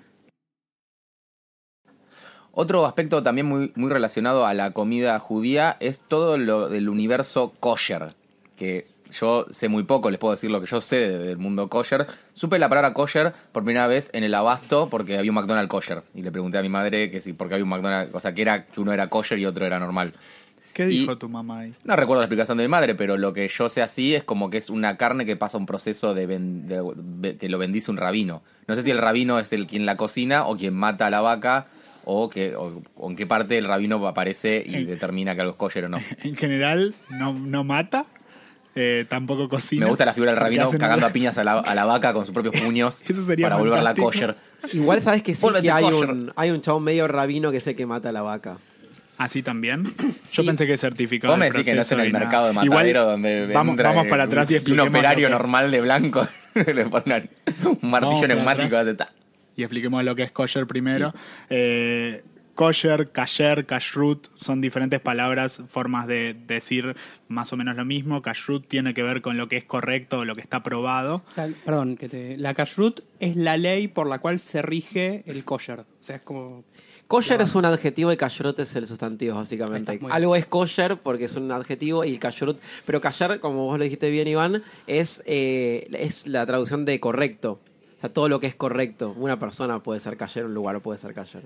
Otro aspecto también muy, muy relacionado a la comida judía es todo lo del universo kosher, que yo sé muy poco, les puedo decir lo que yo sé de- del mundo kosher. Supe la palabra kosher por primera vez en el abasto porque había un McDonald's kosher y le pregunté a mi madre que si porque había un McDonald's, o sea, que era que uno era kosher y otro era normal. ¿Qué Y- dijo tu mamá ahí? No recuerdo la explicación de mi madre, pero lo que yo sé así es como que es una carne que pasa un proceso de, ben- de- de- que lo bendice un rabino. No sé si el rabino es el quien la cocina o quien mata a la vaca o, que, o- o en qué parte el rabino aparece y determina que algo es kosher o no. En general, no, no mata, eh, tampoco cocina. Me gusta la figura del Porque rabino hacen cagando una- a piñas a la, a la vaca con sus propios puños Eso sería para volverla fantástico. kosher. Igual sabes que sí Volvete que hay kosher. un, hay un chabón medio rabino que es el que mata a la vaca. ¿Así ¿Ah, también? Yo Sí. pensé que certificado ¿Vos me del decís que no es en proceso el y nada. mercado de Igual, matadero donde vamos, entra, vamos eh, para atrás y un expliquemos operario lo que- normal de blanco le ponen un martillo Vamos para neumático atrás. hace ta- Y expliquemos lo que es kosher primero. Eh, kosher, kasher, kashrut son diferentes palabras, formas de decir más o menos lo mismo. Kashrut tiene que ver con lo que es correcto o lo que está aprobado. O sea, perdón, que te, la kashrut es la ley por la cual se rige el kosher. O sea, es como Kosher es un adjetivo y cayurut es el sustantivo, básicamente. Ahí está, muy Algo es kosher porque es un adjetivo y cayurut. Pero kosher, como vos lo dijiste bien, Iván, es, eh, es la traducción de correcto. O sea, todo lo que es correcto. Una persona puede ser kosher, un lugar puede ser kosher.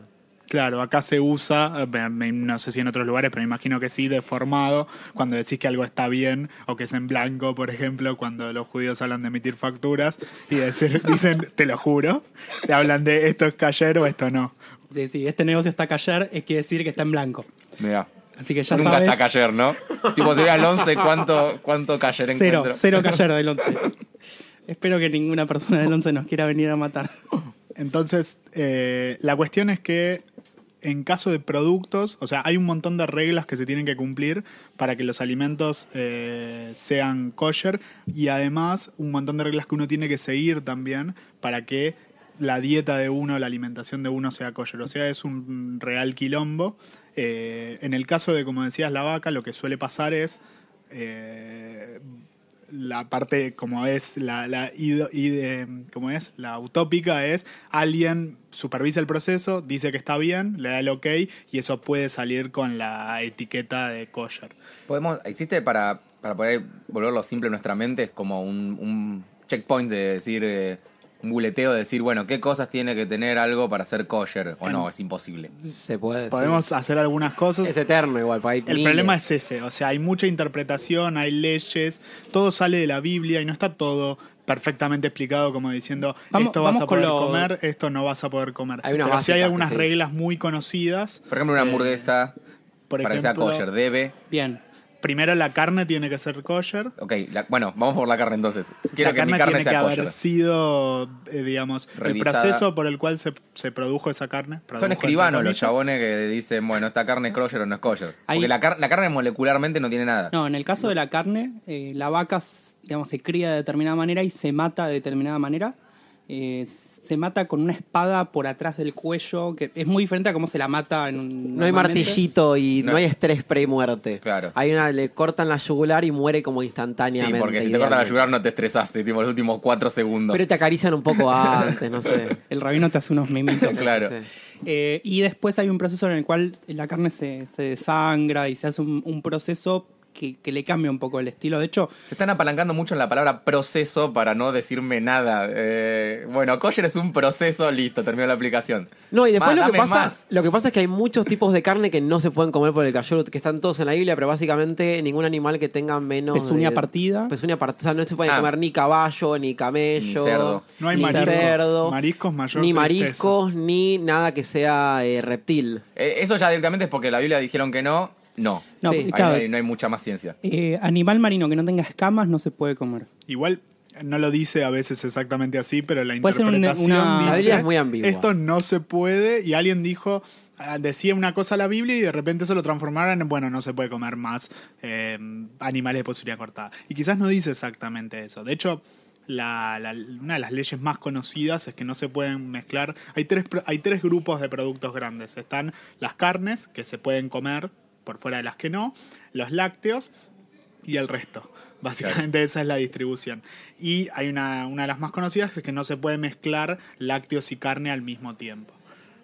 Claro, acá se usa, eh, me- me- no sé si en otros lugares, pero me imagino que sí, deformado, cuando decís que algo está bien o que es en blanco, por ejemplo, cuando los judíos hablan de emitir facturas y decir- dicen, te lo juro, te hablan de esto es cayer o esto no. Sí, sí, este negocio está callar, es quiere decir que está en blanco. Mirá. Así que ya Nunca sabes. está cayer, ¿no? tipo, si ve al 11, ¿cuánto, cuánto cayer Cero, encuentro? cero callar del 11. Espero que ninguna persona del 11 nos quiera venir a matar. Entonces, eh, la cuestión es que en caso de productos, o sea, hay un montón de reglas que se tienen que cumplir para que los alimentos eh, sean kosher y además un montón de reglas que uno tiene que seguir también para que la dieta de uno, la alimentación de uno sea kosher. O sea, es un real quilombo. Eh, en el caso de, como decías, la vaca, lo que suele pasar es... eh, la parte como es la, la ido- ide- como es la utópica es alguien supervisa el proceso dice que está bien le da el ok y eso puede salir con la etiqueta de kosher Podemos, existe para, para poder volverlo simple en nuestra mente, es como un, un checkpoint de decir, eh, un buleteo de decir, bueno, ¿qué cosas tiene que tener algo para ser kosher? O no, es imposible. Se puede decir. Podemos hacer algunas cosas. Es eterno igual. porque hay El miles. problema es ese, o sea, hay mucha interpretación, hay leyes, todo sale de la Biblia y no está todo perfectamente explicado como diciendo Vamos- esto vas vamos a con poder lo- comer, esto no vas a poder comer. Hay unas Pero sí hay básicas que algunas sí. reglas muy conocidas. Por ejemplo, una hamburguesa Eh, por para ejemplo- que sea kosher debe. Bien. Primero la carne tiene que ser kosher. Ok, la- bueno, vamos por la carne entonces. Quiero la que carne, mi carne tiene que sea haber kosher. sido, eh, digamos, Revisada. el proceso por el cual se, se produjo esa carne. produjo, Son entre escribanos los comillas. chabones que dicen, bueno, esta carne es kosher o no es kosher. Ahí- Porque la, car- la carne molecularmente no tiene nada. No, en el caso de la carne, eh, la vaca s- digamos, se cría de determinada manera y se mata de determinada manera. Eh, se mata con una espada por atrás del cuello, que es muy diferente a cómo se la mata en un. No hay normalmente. martillito y no, No. hay estrés pre-muerte. Claro. Hay una, le cortan la yugular y muere como Sí, instantáneamente. porque si te cortan la idealmente. yugular no te estresaste, tipo, los últimos cuatro segundos. Pero te acarician un poco antes, no sé. El rabino te hace unos mimitos. claro. Sí. Eh, y después hay un proceso en el cual la carne se, se desangra y se hace un, un proceso que, que le cambia un poco el estilo. De hecho, Se están apalancando mucho en la palabra proceso para no decirme nada. Eh, bueno, kosher es un proceso, listo, terminó la aplicación. No, y después Más, lo dame que, pasa, más. lo que pasa es que hay muchos tipos de carne que no se pueden comer por el cayur, que están todos en la Biblia, pero básicamente ningún animal que tenga menos. Pezuña de- partida. Pezuña partida. Pues O sea, no se puede Ah. comer ni caballo, ni camello. Ni cerdo. No hay ni mariscos. cerdo. Mariscos mayor Ni tristeza. mariscos, ni nada que sea eh, reptil. Eh, eso ya directamente es porque la Biblia dijeron que no. No. No, Ahí claro. no, hay, no hay mucha más ciencia. eh, animal marino que no tenga escamas no se puede comer. Igual no lo dice a veces exactamente así, pero la Puede ser un- e- interpretación una- dice, La Biblia es muy ambigua. Esto no se puede y alguien dijo ah, decía una cosa la Biblia y de repente se lo transformaron en bueno no se puede comer más eh, animales de posibilidad cortada y quizás no dice exactamente eso de hecho la- la- una de las leyes más conocidas es que no se pueden mezclar hay tres pro- hay tres grupos de productos grandes están las carnes que se pueden comer por fuera de las que no los lácteos y el resto. Básicamente esa es la distribución. Y hay una, una de las más conocidas que es que no se puede mezclar lácteos y carne al mismo tiempo.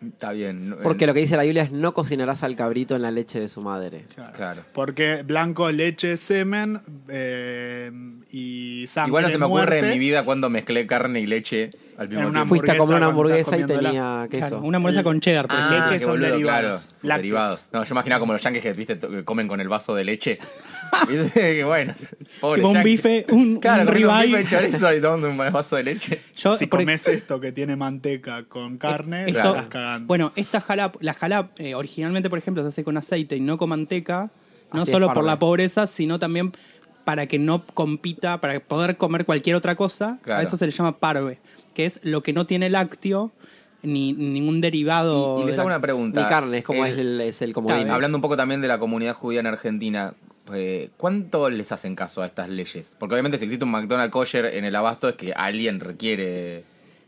Está bien. no- eh, Porque lo que dice la Biblia es no cocinarás al cabrito en la leche de su madre. Claro. Porque blanco, leche, semen eh, y sangre. Igual no se me ocurre muerte, en mi vida cuando mezclé carne y leche al mismo En tiempo. una hamburguesa Fuiste a comer una cuando estás hamburguesa y comiéndola. tenía queso. Claro, una hamburguesa El- con cheddar, por Ah, ejemplo. leche qué son derivados, son lácteos. derivados. No, yo imaginaba como los yankees que viste, to- que comen con el vaso de leche. Viste, que bueno, pobre Tipo un yanqui. bife, un- claro, un comiendo un ribeye. bife de chorizo y tomando un vaso de leche. Yo, Si por- comes esto que tiene manteca con carne, esto- la estás cagando. Bueno, esta jalap, la jalap eh, originalmente, por ejemplo, se hace con aceite y no con manteca, no Así es, solo por pardo. la pobreza, sino también para que no compita, para poder comer cualquier otra cosa. A Claro. eso se le llama parve, que es lo que no tiene lácteo ni ningún derivado. Y, y les de hago la- una pregunta. Ni carne, es como Eh, es el, es el comodín. Claro, Hablando un poco también de la comunidad judía en Argentina, eh, ¿cuánto les hacen caso a estas leyes? Porque obviamente si existe un McDonald's kosher en el abasto es que alguien requiere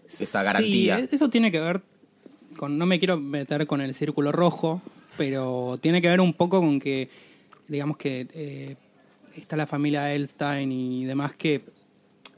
esa garantía. Sí, e-, eso tiene que ver con. No me quiero meter con el círculo rojo, pero tiene que ver un poco con que, digamos que eh, está la familia Elstein y demás que.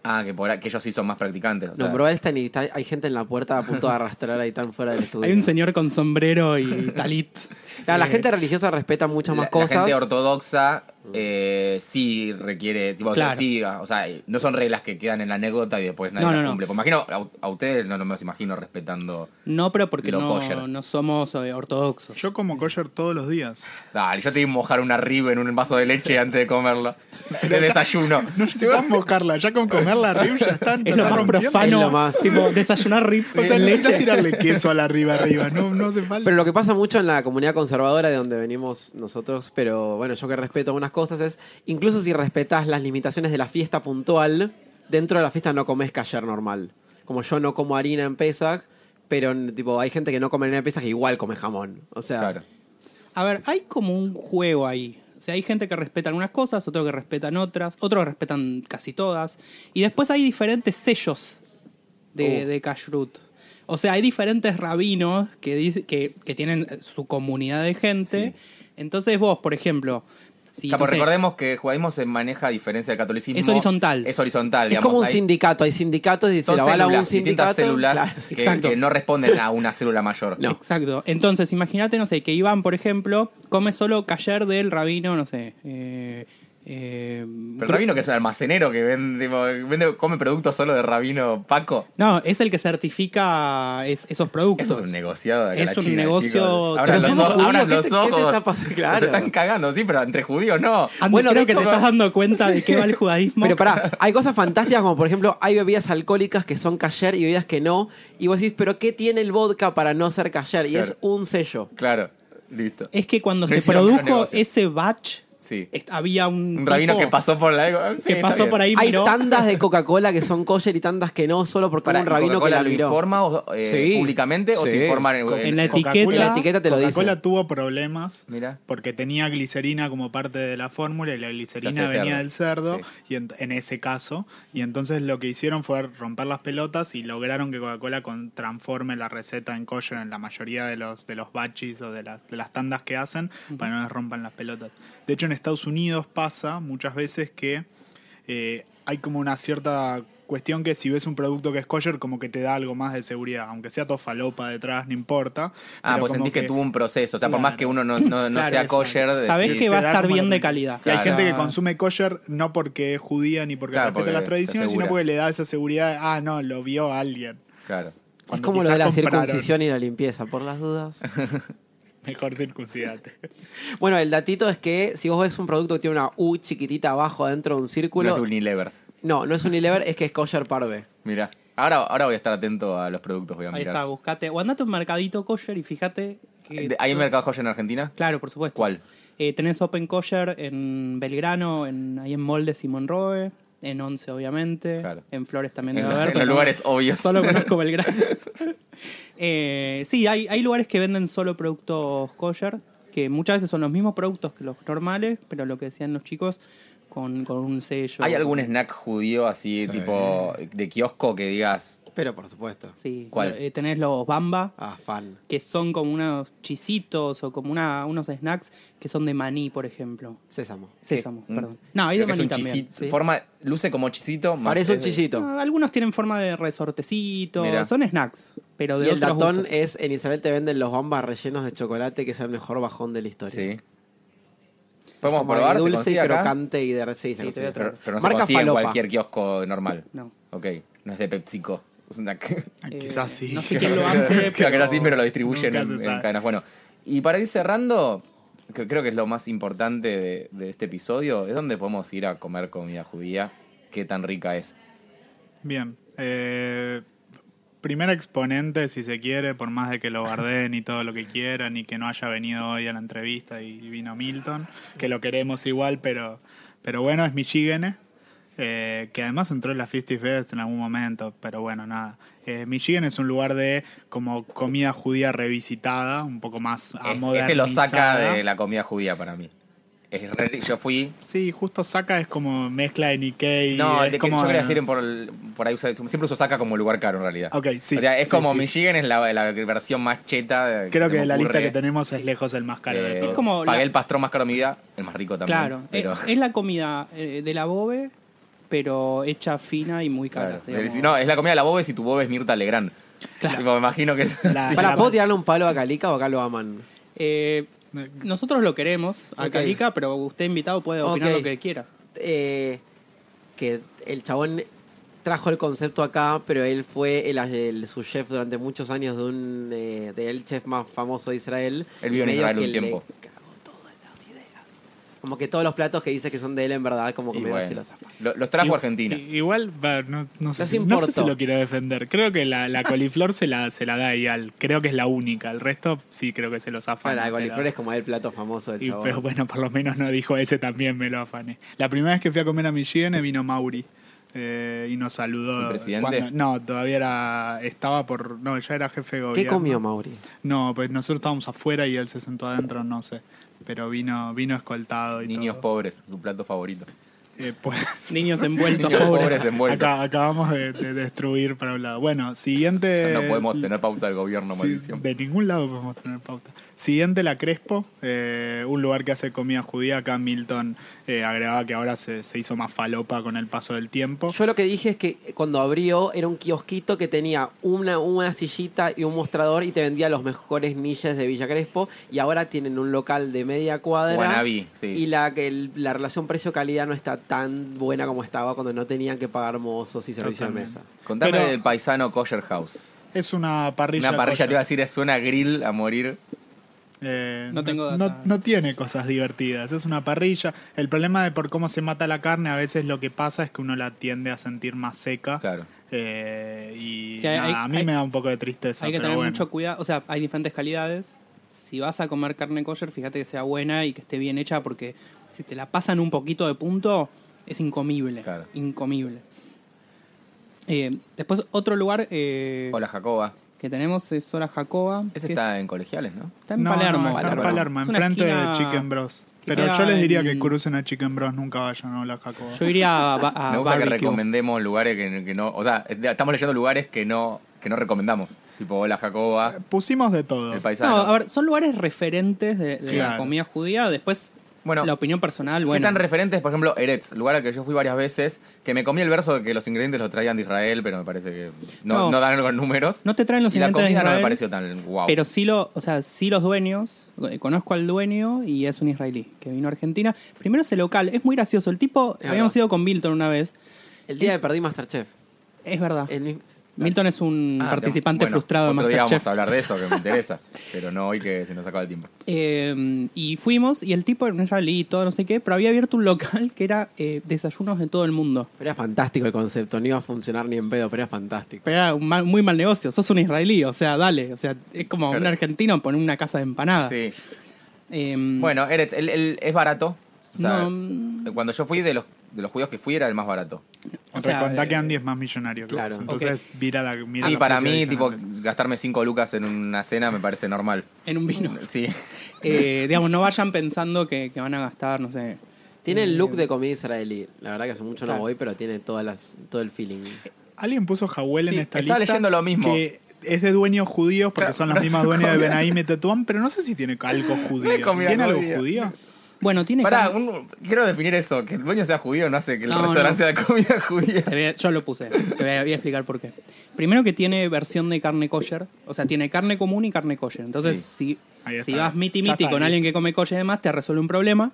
Ah, que, por, ahí- que ellos sí son más practicantes. o sea. Nombró a Einstein y está- hay gente en la puerta a punto de arrastrar ahí tan fuera del estudio. Hay un señor con sombrero y talit. Claro, la Eh, gente religiosa respeta muchas La- más la cosas. gente ortodoxa eh, sí requiere, tipo, o sea, Claro. sí, ah, o sea, no son reglas que quedan en la anécdota y después nadie No, las no, no. cumple. Pues imagino, a, a ustedes no, no me los imagino respetando. No, pero porque Lo no, kosher. no somos eh, ortodoxos. Yo como kosher todos los días. Dale, yo te vi mojar una rib en un vaso de leche antes de comerlo. de desayuno. No necesitas buscarla, ya con comer la rib ya están. Es lo están más rompiendo. profano. Es lo más. Tipo, desayunar rips O sea, en no necesitas leche. tirarle queso a la arriba arriba, no, no hace falta. Pero lo que pasa mucho en la comunidad conservadora de donde venimos nosotros, pero bueno, yo que respeto algunas cosas es, incluso si respetás las limitaciones de la fiesta puntual, dentro de la fiesta no comes callar normal. Como yo no como harina en Pesach, pero n- tipo hay gente que no come harina en Pesach y igual come jamón. O sea, Claro. A ver, hay como un juego ahí. O sea, hay gente que respeta algunas cosas, otros que respetan otras, otros que respetan casi todas. Y después hay diferentes sellos de, Uh. Oh. de kashrut. O sea, hay diferentes rabinos que, dice- que, que tienen eh, su comunidad de gente. Entonces vos, por ejemplo, si... Capo, no sé, recordemos que el judaísmo se maneja a diferencia del catolicismo. Es horizontal. Es horizontal, es digamos. como un Hay- sindicato, hay sindicatos y se son la bala a un células, sindicato. distintas células Claro, que- que, exacto. no responden a una célula mayor. No. Exacto. Entonces, imagínate, no sé, que Iván, por ejemplo, come solo cayer del rabino, no sé, eh, Eh, Pero el creo- Rabino, que es un almacenero que vende, tipo, vende- come productos solo de Rabino Paco. no, es el que certifica es- esos productos. Eso es un negociado. de Es la un China, negocio chicos. Abran Pero los, somos ojos, abran judíos, ¿qué los te- qué te ojos. está pasando? Claro. Se están cagando, sí, pero entre judíos no. bueno, Bueno, creo de que hecho- te estás dando cuenta de qué va el judaísmo. Pero pará, hay cosas fantásticas como por ejemplo hay bebidas alcohólicas que son cayer y bebidas que no. Y vos decís, pero ¿qué tiene el vodka para no ser cayer? Y Claro. es un sello. Claro, listo. es que cuando No se hicieron los produjo negocios. ese batch, Sí. est- había un, Un rabino tipo que pasó por la ego. que pasó por ahí, Hay miró. tandas de Coca-Cola que son kosher y tandas que no, solo porque hubo Para un rabino que la lo miró. informa o, eh, Sí. públicamente o Eh, Sí. se informa en, Con- en la en- etiqueta. Coca-Cola- La etiqueta te lo dice. Coca-Cola tuvo problemas Mira. porque tenía glicerina como parte de la fórmula y la Se glicerina hace venía cerdo. del cerdo Sí. y en, en ese caso y entonces lo que hicieron fue romper las pelotas y lograron que Coca-Cola con- transforme la receta en kosher en la mayoría de los de los batches o de las, de las tandas que hacen para que no les rompan las pelotas. De hecho en Estados Unidos pasa muchas veces que eh, hay como una cierta cuestión que si ves un producto que es kosher como que te da algo más de seguridad, aunque sea todo falopa detrás, no importa. Ah, pero pues como sentís que, tuvo un proceso. O sea, por más Claro. que uno no, no- no Claro, sea exacto. kosher. decís- Sabés que va a te da estar como bien la de tranquilidad. calidad. Y hay Claro. gente que consume kosher no porque es judía ni porque Claro, respeta porque las tradiciones, se sino asegura. porque le da esa seguridad de, ah, no, lo vio alguien. Claro. Es Cuando como lo de quizás la compraron, circuncisión y la limpieza, por las dudas. Mejor circuncidate. bueno, el datito es que si vos ves un producto que tiene una U chiquitita abajo adentro de un No es círculo. de Unilever. No, no es Unilever, es que es kosher parve. Mira. Ahora, ahora voy a estar atento a los productos. Voy a Ahí mirar. Eh, está, buscate. O andate a un mercadito kosher y fíjate que. ¿Hay un mercado kosher en Argentina? Claro, por supuesto. ¿Cuál? Eh, tenés Open Kosher en Belgrano, en, ahí en Moldes y Monroe, en Once, obviamente. Claro. En Flores también En debe los- haber. en pero los no- lugares obvios. Solo conozco Belgrano. Eh, sí, hay, hay lugares que venden solo productos kosher, que muchas veces son los mismos productos que los normales, pero lo que decían los chicos, con, con un sello. ¿Hay algún snack judío Sí. así, tipo de kiosco que digas. Pero por supuesto. Sí. ¿Cuál? Eh, tenés los Bamba. Ah, fan. que son como unos chisitos o como una, unos snacks que son de maní, por ejemplo. Sésamo. Sésamo, Mm. perdón. No, hay de creo que es maní un también. chisito- sí. forma, luce como chisito. más Parece un es de- chisito. Ah, Algunos tienen forma de resortecito, Mirá. son snacks, pero de Y el otros datón gustos. es, en Israel te venden los bambas rellenos de chocolate, que es el mejor bajón de la historia. Sí. Podemos Como probar. se dulce y consigue acá, crocante y de... Sí, Sí, te voy se consigue. a Pero, pero no se Marca consigue en falopa. cualquier kiosco normal. No. Ok. No es de PepsiCo. Snack. Ah, Eh, Quizás sí. no sé quién lo hace, Creo que pero- era así, pero lo distribuyen Nunca en, se en sabe. cadenas. Bueno, y para ir cerrando, que creo que es lo más importante de, de este episodio, es donde podemos ir a comer comida judía, qué tan rica es. Bien. Eh, primer exponente, si se quiere, por más de que lo guarden y todo lo que quieran y que no haya venido hoy a la entrevista y vino Milton, que lo queremos igual, pero, pero bueno, es Michigene. eh, que además entró en la 50 Fest en algún momento, pero bueno, nada. Eh, Michigan es un lugar de como comida judía revisitada, un poco más a Es- ese lo saca modernizada. de la comida judía para mí. Es re- yo fui. Sí, justo saca es como mezcla de Nikkei. No, es de- como yo quería de- decir en por, el- por ahí usa- siempre uso saca como lugar caro en realidad. Ok, sí, O sea, es sí, como sí, Michigan es la, la versión más cheta. de- Creo se que me de la lista ocurre. que tenemos es lejos el más caro de Eh, todos. Es como pagué la- el pastrón más caro de mi vida, el más rico también. Claro, es- pero- es, la comida eh, de la bobe, pero hecha fina y muy cara. Claro. digamos. Si No, es la comida de la Bobe si tu Bobe es Mirta Legrand. Tipo, me imagino que es. La- Sí. Para, la- ¿puedo tirarle un palo a Calica o acá lo aman? Eh, nosotros lo queremos a Ok. Calica, pero usted invitado puede opinar Ok. lo que quiera. Eh, que el chabón trajo el concepto acá, pero él fue el, el- su chef durante muchos años de un eh, del chef más famoso de Israel. Él vivió en Medio Israel que un le tiempo. cagó todas las ideas. Como que todos los platos que dice que son de él en verdad, como que Y me bueno, hace los zapatos. lo- los trajo a Argentina. I- Igual, va, no, no sé Los si, no sé importo. si lo quiero defender. Creo que la, la coliflor se la, se la da Eyal. Creo que es la única. El resto sí creo que se los afana. la de pero- coliflor es como el plato famoso del y- chabón. pero bueno, por lo menos no dijo ese también me lo afané. La primera vez que fui a comer a Michigene vino Mauri. eh, y nos saludó. ¿El presidente? no, todavía era. Estaba por. No, ya era jefe de gobierno. ¿Qué comió Mauri? No, pues nosotros estábamos afuera y él se sentó adentro, no sé. Pero vino, vino escoltado y Niños todo. pobres, su plato favorito. Eh, pues, Niños envueltos, Niños pobres. pobres envueltos. acá- acabamos de, de destruir para un lado. Bueno, siguiente. No podemos tener pauta del gobierno, eh, Sí, maldición. De ningún lado podemos tener pauta. Siguiente, la Crespo, eh, un lugar que hace comida judía. Acá Milton eh, agregaba que ahora se, se hizo más falopa con el paso del tiempo. Yo lo que dije es que cuando abrió era un kiosquito que tenía una, una sillita y un mostrador y te vendía los mejores niches de Villa Crespo y ahora tienen un local de media cuadra. Guanabí, sí. Y la, que el- la relación precio-calidad no está tan buena como estaba cuando no tenían que pagar mozos y servicio de Totalmente. mesa. Contame Pero- del paisano Kosher House. Es una parrilla. Una parrilla, kosher. te iba a decir, es una grill a morir. Eh, No tengo data. no, no tiene cosas divertidas, es una parrilla. El problema de por cómo se mata la carne, a veces lo que pasa es que uno la tiende a sentir más seca. Claro. Eh, y Sí, hay- nada, a mí hay- me da un poco de tristeza. Hay que pero tener bueno. mucho cuidado, o sea, hay diferentes calidades. Si vas a comer carne kosher, fíjate que sea buena y que esté bien hecha, porque si te la pasan un poquito de punto, es incomible. Claro. Incomible. Eh, después, otro lugar eh, Hola, Jacoba. que tenemos es Hora Jacoba. Ese que está es- en colegiales, ¿no? está en No, no, Palermo. está en Palermo. Palermo, Es una enfrente esquina- de Chicken Bros. Pero queda yo les diría en- que crucen a Chicken Bros, nunca vayan a la Jacoba. Yo iría a, ba- a Me gusta que Ah, barbecue. recomendemos lugares que, que no. O sea, eh, estamos leyendo lugares que no, que no recomendamos. Tipo, hola, Jacoba. Pusimos de todo. El No, paisano. a ver, son lugares referentes de, de la Claro. comida judía. Después, Bueno, la opinión personal, ¿Qué bueno. tan referentes, por ejemplo, Eretz, lugar al que yo fui varias veces, que me comí el verso de que los ingredientes los traían de Israel, pero me parece que no, No. no dan con números. No te traen los y la ingredientes comida de no me pareció Israel. tan guau. Pero sí, lo, o sea, sí los dueños, eh, conozco al dueño y es un israelí que vino a Argentina. Primero ese local, es muy gracioso. El tipo, Es habíamos verdad. ido con Milton una vez. El día de perdí Masterchef. Es verdad. El mismo- Milton es un Ah, participante bueno, frustrado de Otro día vamos Masterchef. a hablar de eso, que me interesa. pero no hoy que se nos acaba el tiempo. Eh, y fuimos y el tipo era un israelí y todo, no sé qué, pero había abierto un local que era eh, desayunos de todo el mundo. Pero era fantástico el concepto, no iba a funcionar ni en pedo, pero era fantástico. Pero era un mal- muy mal negocio. Sos un israelí, o sea, dale. O sea, es como un Claro. argentino poner una casa de empanadas. Sí. Eh, Bueno, Eretz, el- el- es barato. O sea, No. Cuando yo fui, de los, de los judíos que fui, era el más barato. o sea, Recontá que eh, Andy es más millonario. que vos. claro. Entonces, mira la mira Sí, los para mí, precios tipo, diferentes. gastarme 5 lucas en una cena me parece normal. en un vino. Sí. Eh, digamos, no vayan pensando que, que van a gastar, no sé. Tiene el look de comida israelí. La verdad que hace mucho Claro. no voy, pero tiene todas las, todo el feeling. Alguien puso Jawel Sí, en esta estaba lista leyendo lo mismo. Que es de dueños judíos porque Claro, son los pero mismos son dueños de comida. Benaim y Tetuán, pero no sé si tiene algo judío. comida ¿Tiene algo judía. judío? Bueno, tiene Pará, carne- un- quiero definir eso. Que el dueño sea judío no hace que el No, restaurante no. sea de comida judía. Te voy a- Yo lo puse, te voy a, voy a explicar por qué. Primero que tiene versión de carne kosher, o sea, tiene carne común y carne kosher. Entonces, Ahí si, está. si vas miti Ya miti está, con ahí. alguien que come kosher y demás, te resuelve un problema.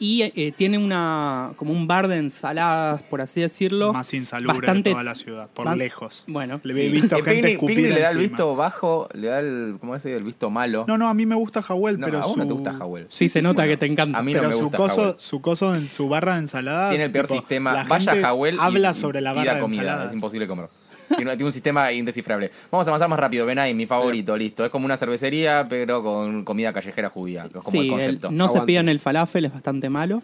Y eh, tiene una como un bar de ensaladas, por así decirlo. Más insalubre bastante- de toda la ciudad, por ba- lejos. Bueno, Le sí. he visto Que gente Pigni- escupir Pigni le da el encima. visto bajo, le da el, ¿cómo es? El visto malo. No, no, a mí me gusta Jawel, No, pero a vos su... no te gusta Jawel. Sí, se nota que te encanta. A mí no pero me su gusta coso, Jawel. su coso en su barra de ensalada. Tiene el peor sistema. Vaya a Jawel y- Habla y sobre la pida barra de comida. ensalada. Es imposible comer. Tiene, tiene un sistema indescifrable. Vamos a avanzar más rápido. Ven ahí, mi favorito, listo. Es como una cervecería, pero con comida callejera judía. que Es como Sí, el el- concepto. no se Aguante. pidan el falafel, es bastante malo.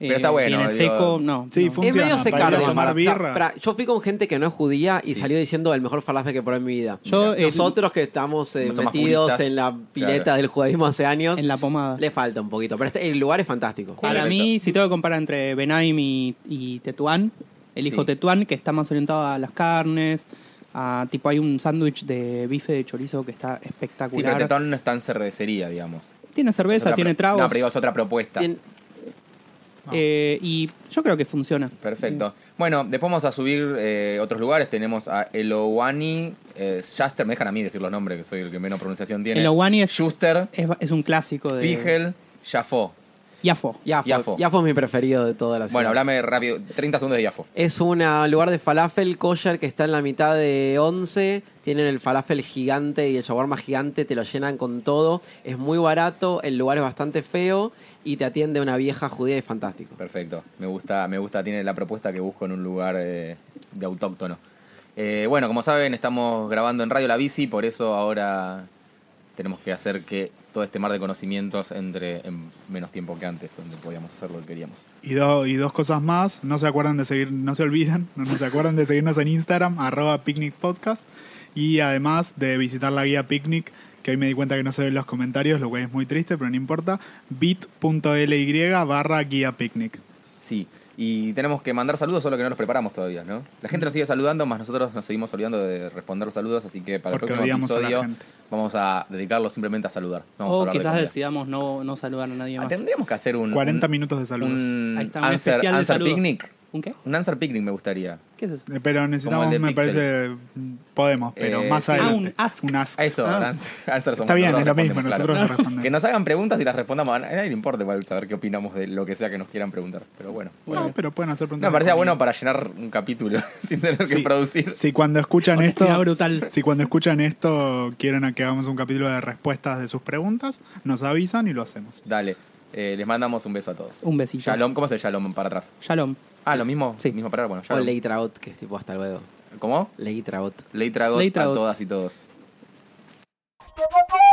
Eh, Pero está bueno, Viene digo- seco, no. Sí, no. fue- Funciona, es medio para secar. ir a de tomar Marta. birra. Pará, yo fui con gente que no es judía y salió diciendo el mejor falafel que probé en mi vida. Yo, eh, Nosotros que estamos eh, somos metidos juristas, en la pileta claro. del judaísmo hace años, en la pomada. le falta un poquito. Pero este- el lugar es fantástico. Para Correcto. mí, si tengo que comparar entre Benaim y, y Tetuán, elijo Sí. Tetuán, que está más orientado a las carnes. A, tipo, hay un sándwich de bife de chorizo que está Sí, pero espectacular. Tetón no está en cervecería, digamos. tiene Es cerveza, otra tiene pro- tragos. No, pero digo, es otra propuesta. Tien- eh, y yo creo que funciona. Perfecto. Bueno, después vamos a subir eh, otros lugares. Tenemos a Elowani, eh, Shuster, me dejan a mí decir los nombres, que soy el que menos pronunciación tiene. Elowani es- Schuster, Es, es un clásico de. Spiegel, Jaffo. Yafo. Yafo. Yafo. Yafo. es mi preferido de toda la ciudad. Bueno, hablame rápido, 30 segundos de Jaffo. Es un lugar de falafel kosher que está en la mitad de 11. Tienen el falafel gigante y el shawarma gigante, te lo llenan con todo. Es muy barato, el lugar es bastante feo y te atiende una vieja judía y es fantástico. Perfecto, me gusta, me gusta, tiene la propuesta que busco en un lugar eh, de autóctono. Eh, bueno, como saben, estamos grabando en Radio La Bici, por eso ahora tenemos que hacer que todo este mar de conocimientos entre en menos tiempo que antes, donde podíamos hacer lo que queríamos. Y, do- y dos cosas más, no se acuerdan de seguir, no se olviden, no, no se acuerdan de seguirnos en Instagram, arroba picnic podcast, y además de visitar la guía picnic, que hoy me di cuenta que no se ven los comentarios, lo cual es muy triste, pero no importa, bit.ly barra guía picnic. Sí. Y tenemos que mandar saludos, solo que no los preparamos todavía, ¿no? La gente nos sigue saludando, más nosotros nos seguimos olvidando de responder saludos, así que para Porque el próximo odiamos a la episodio gente. vamos a dedicarlo simplemente a saludar. No vamos a O hablar de Oh, quizás comida. decidamos no, no saludar a nadie Ah, más. Tendríamos que hacer un... 40 un- minutos de saludos. Un, Ahí está, un answer- especial de answer saludos. picnic. ¿Un qué? Un answer picnic me gustaría. ¿Qué es eso? Eh, Pero necesitamos, Como el de me Pixel. parece, podemos, pero Eh, más sí. adelante. Ah, un ask. Un ask. A Eso, Ah. ans- answer somos Está bien, nosotros, es lo mismo, respondemos, nosotros claro. nos respondemos. Que nos hagan preguntas y las respondamos. A nadie le importa igual saber qué opinamos de lo que sea que nos quieran preguntar. Pero bueno. No, pero pueden hacer No, preguntas. me parecía de comida. bueno para llenar un capítulo sin tener que Sí. producir. Si cuando escuchan Honestidad esto, brutal. si cuando escuchan esto quieren a que hagamos un capítulo de respuestas de sus preguntas, nos avisan y lo hacemos. Dale. eh, les mandamos un beso a todos. Un besito. Shalom, ¿cómo es el shalom para atrás? Shalom. Ah, lo mismo. Sí. Mismo para bueno, O shalom. Leitraot, que es tipo hasta luego. ¿Cómo? Leitraot. Ley trago Ley a Tragot. todas y todos. Thank you.